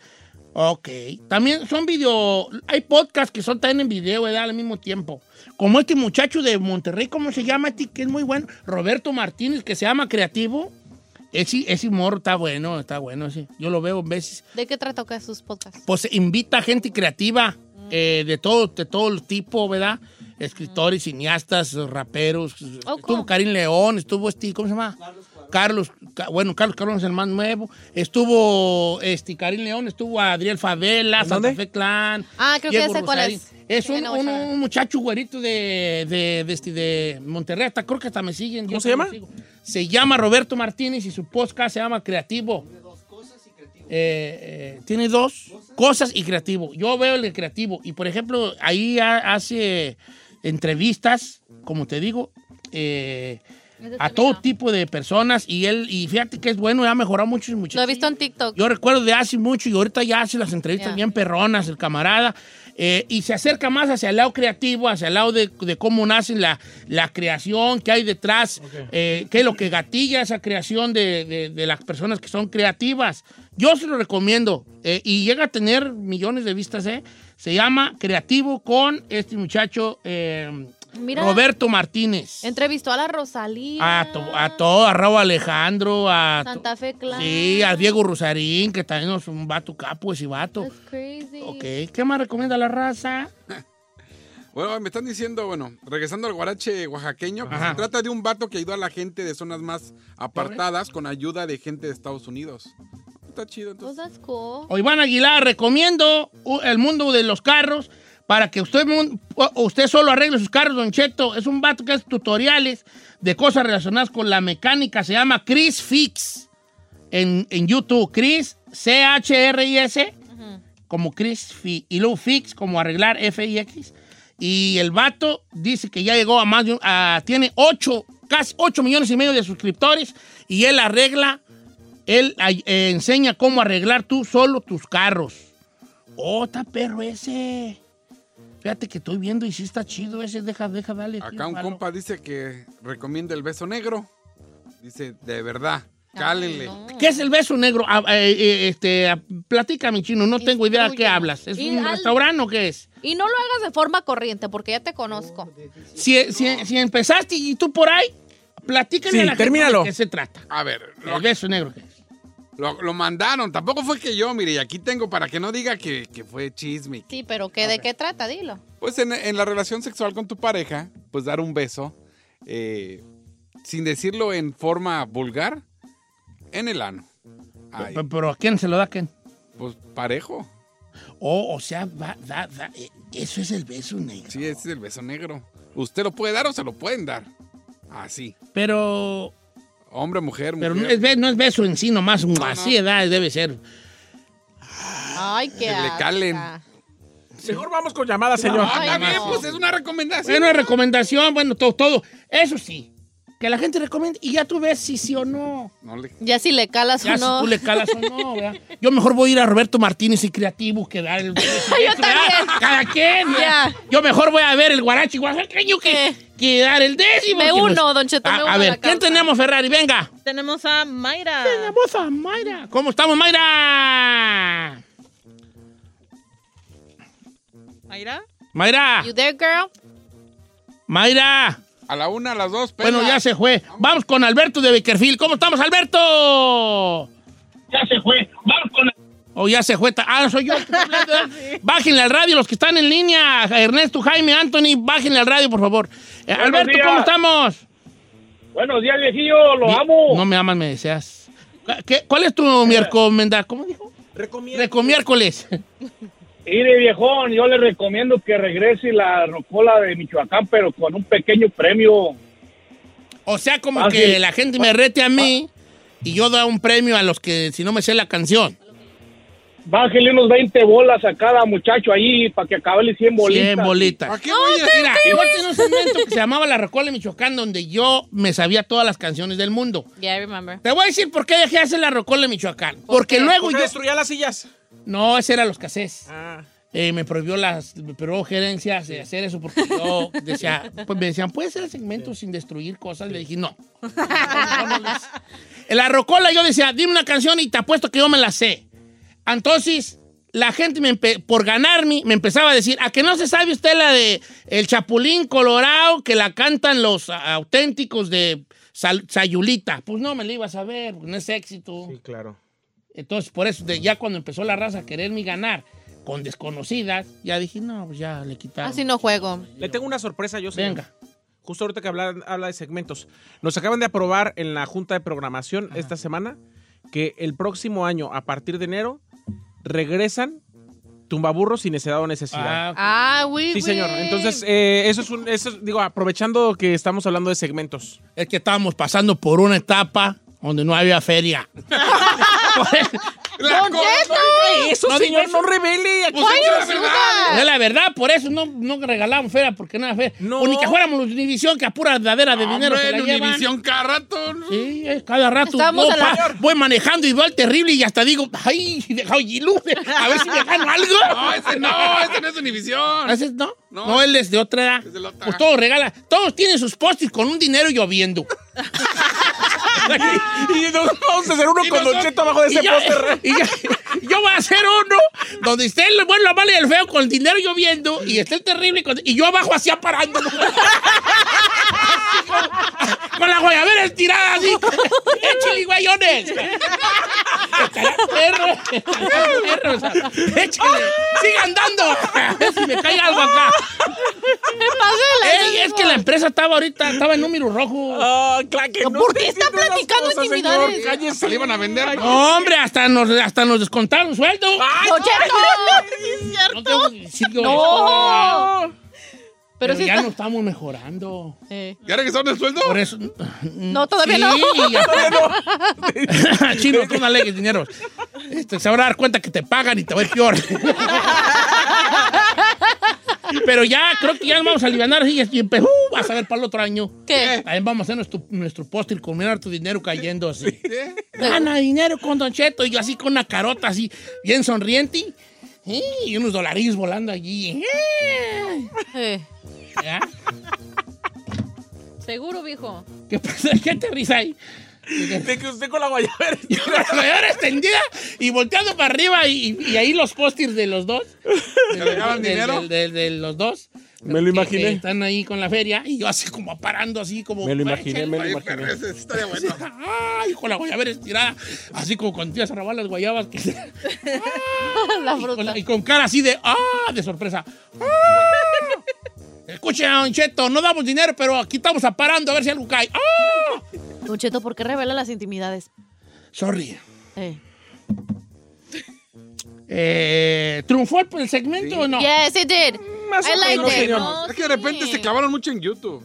[SPEAKER 3] Ok. También son video... Hay podcasts que son también en video, ¿verdad? Al mismo tiempo. Como este muchacho de Monterrey, ¿cómo se llama? Este Que es muy bueno. Roberto Martínez, que se llama Creativo. Ese, ese morro está bueno, está bueno, sí. Yo lo veo a veces
[SPEAKER 2] ¿De qué trata acá sus podcasts?
[SPEAKER 3] pues invita a gente creativa eh, de todo de todo tipo, ¿verdad? Escritores, cineastas, raperos.
[SPEAKER 2] Oh,
[SPEAKER 3] Estuvo
[SPEAKER 2] cool.
[SPEAKER 3] Karim León, estuvo este, ¿cómo se llama? Carlos, Ca- bueno, Carlos Carlos es el más nuevo. Estuvo este Karim León, estuvo Adriel Favela,
[SPEAKER 1] ¿En
[SPEAKER 3] Santa
[SPEAKER 1] dónde?
[SPEAKER 3] Fe Clan.
[SPEAKER 2] Ah, creo que
[SPEAKER 3] Diego
[SPEAKER 2] ya sé cuál
[SPEAKER 3] Rosarín.
[SPEAKER 2] es.
[SPEAKER 3] Es
[SPEAKER 2] Sí,
[SPEAKER 3] un,
[SPEAKER 2] no,
[SPEAKER 3] un-
[SPEAKER 2] sabe.
[SPEAKER 3] un muchacho güerito de, de, de este, de Monterrey, hasta creo que hasta me siguen.
[SPEAKER 1] ¿Cómo
[SPEAKER 3] yo
[SPEAKER 1] se
[SPEAKER 3] lo
[SPEAKER 1] llama?
[SPEAKER 3] sigo. Se llama Roberto Martínez y su podcast se llama Creativo. Eh, eh, tiene dos cosas y creativo. Yo veo el de creativo y, por ejemplo, ahí ha- hace entrevistas, como te digo, eh, a todo tipo de personas y él, y fíjate que es bueno, ha mejorado mucho el muchacho.
[SPEAKER 2] Lo he visto en TikTok.
[SPEAKER 3] Yo recuerdo de hace mucho y ahorita ya hace las entrevistas
[SPEAKER 2] Ya.
[SPEAKER 3] bien perronas, el camarada. eh, y se acerca más hacia el lado creativo, hacia el lado de, de cómo nace la, la creación, qué hay detrás, eh, qué es lo que gatilla esa creación de, de- de las personas que son creativas. Yo se lo recomiendo. eh, y llega a tener millones de vistas, ¿eh? Se llama Creativo con este muchacho eh,
[SPEAKER 2] Mira.
[SPEAKER 3] Roberto Martínez.
[SPEAKER 2] Entrevistó a la Rosalía.
[SPEAKER 3] A, Ah, to- a todo, a Raúl Alejandro, a... to-
[SPEAKER 2] Santa Fe Clan.
[SPEAKER 3] Sí, a Diego Rosarín, que también es un vato capo ese vato.
[SPEAKER 2] That's crazy.
[SPEAKER 3] Ok, ¿qué más recomienda la raza?
[SPEAKER 4] Bueno, me están diciendo, bueno, regresando al guarache oaxaqueño, que
[SPEAKER 3] Ajá.
[SPEAKER 4] se trata de un vato que ayudó a la gente de zonas más apartadas con ayuda de gente de Estados Unidos. Está chido,
[SPEAKER 2] Pues
[SPEAKER 4] entonces.
[SPEAKER 2] that's cool.
[SPEAKER 3] O Iván Aguilar, recomiendo uh, el mundo de los carros para que usted, mu- uh, usted solo arregle sus carros, Don Cheto. Es un vato que hace tutoriales de cosas relacionadas con la mecánica. Se llama Chris Fix en, en YouTube. Chris, C-H-R-I-S, como Chris Fi- Y luego Fix, como arreglar F-I-X. Y el vato dice que ya llegó a más de un- a- tiene 8, casi 8 millones y medio de suscriptores. Y él arregla él ay- eh, enseña cómo arreglar tú solo tus carros. Oh, está perro ese. Fíjate que estoy viendo y sí está chido ese. Deja, deja, dale. aquí,
[SPEAKER 4] Acá un
[SPEAKER 3] palo.
[SPEAKER 4] compa dice que recomienda el beso negro. Dice, de verdad,
[SPEAKER 2] Ah,
[SPEAKER 4] cálenle.
[SPEAKER 3] ¿Qué es el beso negro? Ah, eh, eh, este, ah, platícame, chino. No tengo idea de qué
[SPEAKER 2] Instruye.
[SPEAKER 3] hablas. ¿Es un
[SPEAKER 2] Y al-
[SPEAKER 3] restaurante o qué es?
[SPEAKER 2] Y no lo hagas de forma corriente, porque ya te conozco.
[SPEAKER 3] Si, si- si empezaste y tú por ahí, platícame
[SPEAKER 1] Sí,
[SPEAKER 3] a la gente
[SPEAKER 1] termínalo.
[SPEAKER 3] de qué se trata.
[SPEAKER 4] A ver, lo,
[SPEAKER 3] El beso negro. ¿qué es?
[SPEAKER 4] lo- lo mandaron. Tampoco fue que yo, mire, y aquí tengo para que no diga que, que fue chisme.
[SPEAKER 2] Sí, pero ¿qué, ¿de qué trata? Dilo.
[SPEAKER 4] Pues en, en la relación sexual con tu pareja, pues dar un beso, eh, sin decirlo en forma vulgar, en el ano. Ay,
[SPEAKER 3] Pero, pero ¿a quién se lo da? ¿A quién?
[SPEAKER 4] pues parejo.
[SPEAKER 3] Oh, o sea, va- da- da- eh, eso es el beso negro.
[SPEAKER 4] Sí, ese es el beso negro. Usted lo puede dar o se lo pueden dar. Así.
[SPEAKER 3] Pero,
[SPEAKER 4] Hombre, mujer, mujer.
[SPEAKER 3] pero no, es, be- no es beso en sí, nomás así edad debe ser.
[SPEAKER 2] Ay, qué
[SPEAKER 4] le
[SPEAKER 2] asca.
[SPEAKER 4] calen.
[SPEAKER 1] Mejor vamos con llamadas, señor.
[SPEAKER 4] Ah, está
[SPEAKER 2] Ay,
[SPEAKER 4] bien,
[SPEAKER 2] no.
[SPEAKER 4] pues es una recomendación.
[SPEAKER 3] Bueno, recomendación, bueno, todo, todo. Eso sí, que la gente recomiende y ya tú ves si sí o no.
[SPEAKER 4] No le-
[SPEAKER 2] Ya si le calas
[SPEAKER 3] Ya
[SPEAKER 2] o no.
[SPEAKER 3] si tú le calas o no, ¿verdad? Yo mejor voy a ir a Roberto Martínez y Creativo que dar el... Yo
[SPEAKER 2] también.
[SPEAKER 3] Cada quien. ¿verdad?
[SPEAKER 2] Ya. Eh.
[SPEAKER 3] Yo mejor voy a ver el guarachi oaxaqueño que, que dar el décimo. que
[SPEAKER 2] Me uno, don Cheto,
[SPEAKER 3] a,
[SPEAKER 2] me uno
[SPEAKER 3] a
[SPEAKER 2] a
[SPEAKER 3] ver,
[SPEAKER 2] la
[SPEAKER 3] ¿quién
[SPEAKER 2] causa.
[SPEAKER 3] tenemos, Ferrari? Venga.
[SPEAKER 5] Tenemos a Mayra.
[SPEAKER 2] Ah.
[SPEAKER 3] Tenemos a Mayra. ¿Cómo estamos, Mayra?
[SPEAKER 5] ¿Mayra?
[SPEAKER 3] Mayra.
[SPEAKER 2] You there, girl?
[SPEAKER 3] Mayra.
[SPEAKER 4] A la una, a las dos, pero.
[SPEAKER 3] Bueno, ya se fue. Vamos con Alberto de Beckerfield. ¿Cómo estamos, Alberto? Ya se fue. Vamos con... Oh, ya se fue. Ta- Ah, soy yo. el que está hablando, ¿eh? Bájenle al radio, los que están en línea. Ernesto, Jaime, Anthony, bájenle al radio, por favor. Eh, Alberto,
[SPEAKER 7] días.
[SPEAKER 3] ¿cómo estamos?
[SPEAKER 7] Buenos días, viejillo, lo
[SPEAKER 3] Bien.
[SPEAKER 7] amo.
[SPEAKER 3] No me amas, me deseas. ¿Qué- ¿Cuál es tu miércoles? ¿Cómo dijo?
[SPEAKER 1] Recomiendo.
[SPEAKER 3] Recomiércoles.
[SPEAKER 7] Mire, viejón, yo le recomiendo que regrese la rocola de Michoacán, pero con un pequeño premio.
[SPEAKER 3] O sea, como
[SPEAKER 7] Ah,
[SPEAKER 3] que
[SPEAKER 7] sí.
[SPEAKER 3] la gente me rete a mí y yo da un premio a los que si no me sé la canción.
[SPEAKER 7] Bájele unos 20 bolas a cada muchacho ahí para que acabe el 100 bolitas.
[SPEAKER 3] 100 bolitas.
[SPEAKER 4] ¿A qué voy a
[SPEAKER 3] Mira, yo Ah, tenía un segmento que se llamaba La Recola de Michoacán donde yo me sabía todas las canciones del mundo.
[SPEAKER 2] Yeah, I remember.
[SPEAKER 3] Te voy a decir por qué dejé de hacer La Recola de Michoacán. Porque luego
[SPEAKER 1] ¿Por qué
[SPEAKER 3] yo...
[SPEAKER 1] destruía pues, las sillas?
[SPEAKER 3] No, ese era los casés.
[SPEAKER 1] Ah.
[SPEAKER 3] Eh, me prohibió las me prohibió gerencias de hacer eso porque yo decía, pues me decían, ¿puedes hacer el segmento sin destruir cosas? Le dije, no. En la rocola yo decía, dime una canción y te apuesto que yo me la sé. Entonces, la gente me empe- por ganarme me empezaba a decir, ¿a que no se sabe usted la de El Chapulín Colorado que la cantan los a- auténticos de Sal- Sayulita? Pues no me la iba a saber, porque no es éxito.
[SPEAKER 1] Sí, claro.
[SPEAKER 3] Entonces, por eso, de- ya cuando empezó la raza a quererme ganar con desconocidas, ya dije, no, pues ya le quitaron.
[SPEAKER 2] Así Ah, no juego.
[SPEAKER 1] Le tengo una sorpresa, yo señor.
[SPEAKER 3] Venga.
[SPEAKER 1] Justo ahorita que habla, habla de segmentos. Nos acaban de aprobar en la Junta de Programación esta semana que el próximo año, a partir de enero, regresan tumbaburros sin necesidad o necesidad.
[SPEAKER 3] Ah,
[SPEAKER 2] Ah, oui,
[SPEAKER 1] Sí,
[SPEAKER 2] oui.
[SPEAKER 1] señor. Entonces, eh, eso es un. Eso, es- digo, aprovechando que estamos hablando de segmentos.
[SPEAKER 2] Ah.
[SPEAKER 3] Es que estábamos pasando por una etapa donde no había feria. Por eso-
[SPEAKER 4] ¡Don
[SPEAKER 1] Eso,
[SPEAKER 3] No diga
[SPEAKER 1] señor,
[SPEAKER 3] eso.
[SPEAKER 1] no revele. Aquí
[SPEAKER 3] pues, es la verdad, por eso no, no regalamos feria, porque nada feria.
[SPEAKER 1] No.
[SPEAKER 3] Ni que fuéramos Univisión, que a pura dadera de dinero se la
[SPEAKER 4] en
[SPEAKER 3] llevan.
[SPEAKER 4] Univisión cada rato. ¿no?
[SPEAKER 3] Sí, eh, cada rato
[SPEAKER 2] Estamos
[SPEAKER 3] yo
[SPEAKER 2] a la-
[SPEAKER 3] pa- voy manejando y veo al terrible y hasta digo, ay, deja oye, luz, a ver si me gano algo.
[SPEAKER 4] No, ese no, ese no es Univisión.
[SPEAKER 3] ¿Ah, ese no?
[SPEAKER 4] No.
[SPEAKER 3] No, él es de otra edad.
[SPEAKER 4] Es de la otra.
[SPEAKER 3] Pues todos regala, todos tienen sus postes con un dinero lloviendo.
[SPEAKER 1] Y nos vamos a hacer uno
[SPEAKER 4] Y
[SPEAKER 1] con Don
[SPEAKER 4] nosotros-
[SPEAKER 1] Cheto abajo de
[SPEAKER 3] Y
[SPEAKER 1] ese
[SPEAKER 3] yo,
[SPEAKER 1] póster.
[SPEAKER 3] y yo- yo voy a hacer uno donde esté el bueno, la mala y el feo con el dinero lloviendo y esté el terrible con- y yo abajo así aparando. Así con, con la guayabera estirada así. ¡Échale, guayones! Estará perro, estará perro, o sea, échale, sigue andando. A ver si me cae algo acá. Ey, es que la empresa estaba ahorita, estaba en número rojo.
[SPEAKER 1] Ah, claro que no.
[SPEAKER 2] ¿Por qué está platicando intimidades?
[SPEAKER 4] Se le iban a vender. ¿no?
[SPEAKER 3] No, hombre, hasta nos, hasta nos descontaron sueldo.
[SPEAKER 2] ¡Don Cheto!
[SPEAKER 3] No tengo que decirlo
[SPEAKER 2] No.
[SPEAKER 3] esto, ¿verdad? Pero,
[SPEAKER 2] Pero sí
[SPEAKER 3] ya
[SPEAKER 2] está-
[SPEAKER 3] no estamos mejorando.
[SPEAKER 2] Eh,
[SPEAKER 4] ¿Ya regresaron el sueldo?
[SPEAKER 3] Por eso.
[SPEAKER 2] No, todavía
[SPEAKER 3] Sí,
[SPEAKER 2] no.
[SPEAKER 3] ya- Chino, tú no legues dinero. Este, se van a dar cuenta que te pagan y te va a ir peor. Pero ya, creo que ya nos vamos a aliviar y, y empe- uh, vas a ver para el otro año.
[SPEAKER 2] ¿Qué?
[SPEAKER 3] También vamos a hacer nuestro, nuestro póster con mirar tu dinero cayendo así. Gana dinero con Don Cheto y yo así con una carota así, bien sonriente. ¡Eh! Y unos dolarillos volando allí. ¡Eh! ¿Ya?
[SPEAKER 2] Seguro, viejo.
[SPEAKER 3] ¿Qué pasa? ¿Qué te ríes ahí?
[SPEAKER 1] De que usted con la guayabera.
[SPEAKER 3] Yo con la guayabera extendida y volteando para arriba y, y ahí los pósters de los dos.
[SPEAKER 4] ¿Que le daban
[SPEAKER 3] Del-
[SPEAKER 4] dinero?
[SPEAKER 3] del- del- de los dos.
[SPEAKER 1] Me lo
[SPEAKER 3] Que- que
[SPEAKER 1] imaginé.
[SPEAKER 3] están ahí con la feria y yo así como parando así como...
[SPEAKER 1] Me lo imaginé, me lo
[SPEAKER 3] Ay,
[SPEAKER 1] imaginé.
[SPEAKER 3] perra, esa historia buena. Ay, con la guayabera estirada. Así como cuando te ibas a robar las guayabas. que-
[SPEAKER 2] La
[SPEAKER 3] y, con
[SPEAKER 2] fruta.
[SPEAKER 3] la- y con cara así de... ¡Ah! De sorpresa. ¡Ah! Escucha, Don Cheto, no damos dinero, pero aquí estamos aparando a ver si algo cae. ¡Ah!
[SPEAKER 2] Don Cheto, ¿por qué revela las intimidades?
[SPEAKER 3] Sorry.
[SPEAKER 2] Eh.
[SPEAKER 3] Eh, ¿Triunfó el- el segmento o no?
[SPEAKER 2] Yes, it did.
[SPEAKER 1] Más o
[SPEAKER 2] I like
[SPEAKER 1] menos,
[SPEAKER 2] it.
[SPEAKER 1] señor.
[SPEAKER 2] No,
[SPEAKER 4] es que de repente
[SPEAKER 2] sí.
[SPEAKER 4] se clavaron mucho en YouTube.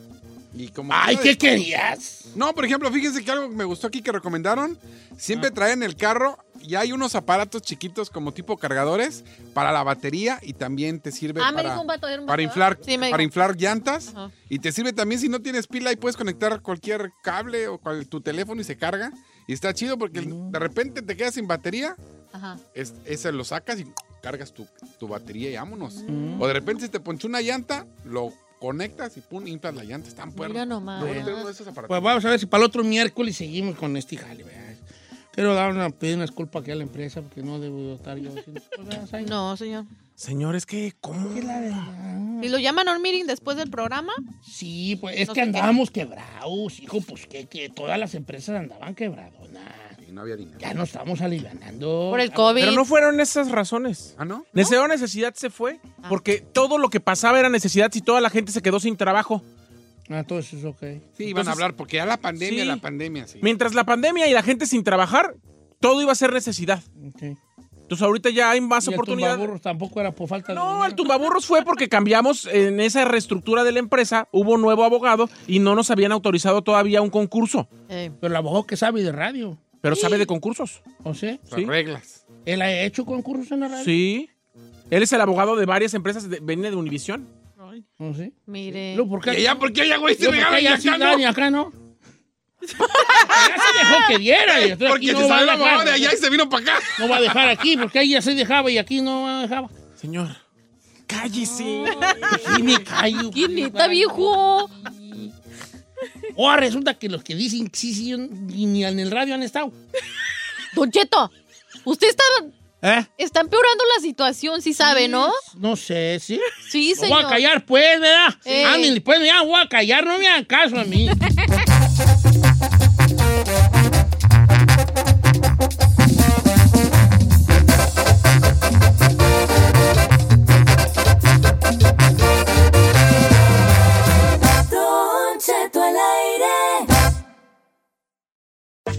[SPEAKER 4] Y como
[SPEAKER 3] Ay, ¿qué querías?
[SPEAKER 4] No, por ejemplo, fíjense que algo que me gustó aquí que recomendaron, siempre
[SPEAKER 3] Ah.
[SPEAKER 4] traen el carro y hay unos aparatos chiquitos como tipo cargadores para la batería y también te sirve
[SPEAKER 2] Ah, me
[SPEAKER 4] para,
[SPEAKER 2] dijo un vato, ¿era un
[SPEAKER 4] para
[SPEAKER 2] vato?
[SPEAKER 4] inflar
[SPEAKER 2] Sí, me dijo.
[SPEAKER 4] para inflar llantas
[SPEAKER 2] Ajá.
[SPEAKER 4] y te sirve también si no tienes pila y puedes conectar cualquier cable o cual- tu teléfono y se carga y está chido porque de repente te quedas sin batería,
[SPEAKER 2] Ajá.
[SPEAKER 4] es, ese lo sacas y cargas tu, tu batería y vámonos.
[SPEAKER 3] Mm.
[SPEAKER 4] O de repente si te ponchó una llanta, lo conectas y pum, inflas la llanta, están
[SPEAKER 2] Mira nomás.
[SPEAKER 3] Pues vamos a ver si para el otro miércoles seguimos con este jale. ¿verdad? Quiero dar una, pedir una disculpa aquí a la empresa porque no debo estar yo haciendo esas cosas ahí.
[SPEAKER 2] No, señor.
[SPEAKER 1] Señor, es que, ¿cómo?
[SPEAKER 3] Es la verdad.
[SPEAKER 2] Si lo llaman a un meeting después del programa,
[SPEAKER 3] Sí, pues es
[SPEAKER 2] No
[SPEAKER 3] que
[SPEAKER 2] sé qué.
[SPEAKER 3] andábamos quebrados, hijo, pues que, que todas las empresas andaban quebradonas.
[SPEAKER 4] Y no había dinero.
[SPEAKER 3] Ya nos estamos alivianando.
[SPEAKER 2] por el COVID.
[SPEAKER 1] Pero no fueron esas razones.
[SPEAKER 4] ¿Ah, no?
[SPEAKER 1] Necesidad, necesidad se fue. Porque todo lo que pasaba era necesidad si toda la gente se quedó sin trabajo.
[SPEAKER 3] Ah, todo eso es ok.
[SPEAKER 4] Sí, iban a
[SPEAKER 1] Entonces-
[SPEAKER 4] hablar, porque ya la pandemia,
[SPEAKER 1] Sí.
[SPEAKER 4] la pandemia, sí.
[SPEAKER 1] Mientras la pandemia y la gente sin trabajar, todo iba a ser necesidad.
[SPEAKER 3] okay.
[SPEAKER 1] Entonces ahorita ya hay más
[SPEAKER 3] Y el
[SPEAKER 1] oportunidades.
[SPEAKER 3] tumbaburros tampoco era por falta de
[SPEAKER 1] No,
[SPEAKER 3] dinero.
[SPEAKER 1] el tumbaburros fue porque cambiamos en esa reestructura de la empresa, hubo nuevo abogado y no nos habían autorizado todavía un concurso,
[SPEAKER 2] Eh,
[SPEAKER 3] Pero el abogado que sabe de radio,
[SPEAKER 1] pero sabe de concursos.
[SPEAKER 3] o sea,
[SPEAKER 4] Las
[SPEAKER 1] sí.
[SPEAKER 4] reglas.
[SPEAKER 3] él ha hecho concursos en la radio.
[SPEAKER 1] Sí. Él es el abogado de varias empresas, de, viene de Univisión.
[SPEAKER 3] ¿O sí?
[SPEAKER 2] mire.
[SPEAKER 3] No, ¿por qué?
[SPEAKER 4] ¿Y ya por qué ya, güey, se
[SPEAKER 3] Yo porque
[SPEAKER 4] regalan y
[SPEAKER 3] allá
[SPEAKER 4] acá
[SPEAKER 3] sí
[SPEAKER 4] no?
[SPEAKER 3] dan y acá no. Allá se dejó que diera. y entonces aquí
[SPEAKER 4] Porque
[SPEAKER 3] no
[SPEAKER 4] se
[SPEAKER 3] va
[SPEAKER 4] salió
[SPEAKER 3] a
[SPEAKER 4] la mamá
[SPEAKER 3] dejar.
[SPEAKER 4] de allá y se vino para acá.
[SPEAKER 3] No va a dejar aquí, porque ahí ya se dejaba y aquí no dejaba.
[SPEAKER 1] Señor, cállese.
[SPEAKER 3] Sí, me callo.
[SPEAKER 2] ¿Quién
[SPEAKER 3] pues,
[SPEAKER 2] está
[SPEAKER 3] vale.
[SPEAKER 2] viejo?
[SPEAKER 3] Ahora Oh, resulta que los que dicen que sí, sí, ni ni en el radio han estado.
[SPEAKER 2] Don Cheto, usted está,
[SPEAKER 3] ¿Eh?
[SPEAKER 2] está empeorando la situación, sí sabe, ¿no?
[SPEAKER 3] No sé, ¿sí?
[SPEAKER 2] Sí,
[SPEAKER 3] Lo voy
[SPEAKER 2] señor.
[SPEAKER 3] a callar, pues, ¿verdad?
[SPEAKER 2] Eh.
[SPEAKER 3] Ándale, pues, ya voy a callar, no me hagan caso a mí.
[SPEAKER 6] Don Cheto al aire.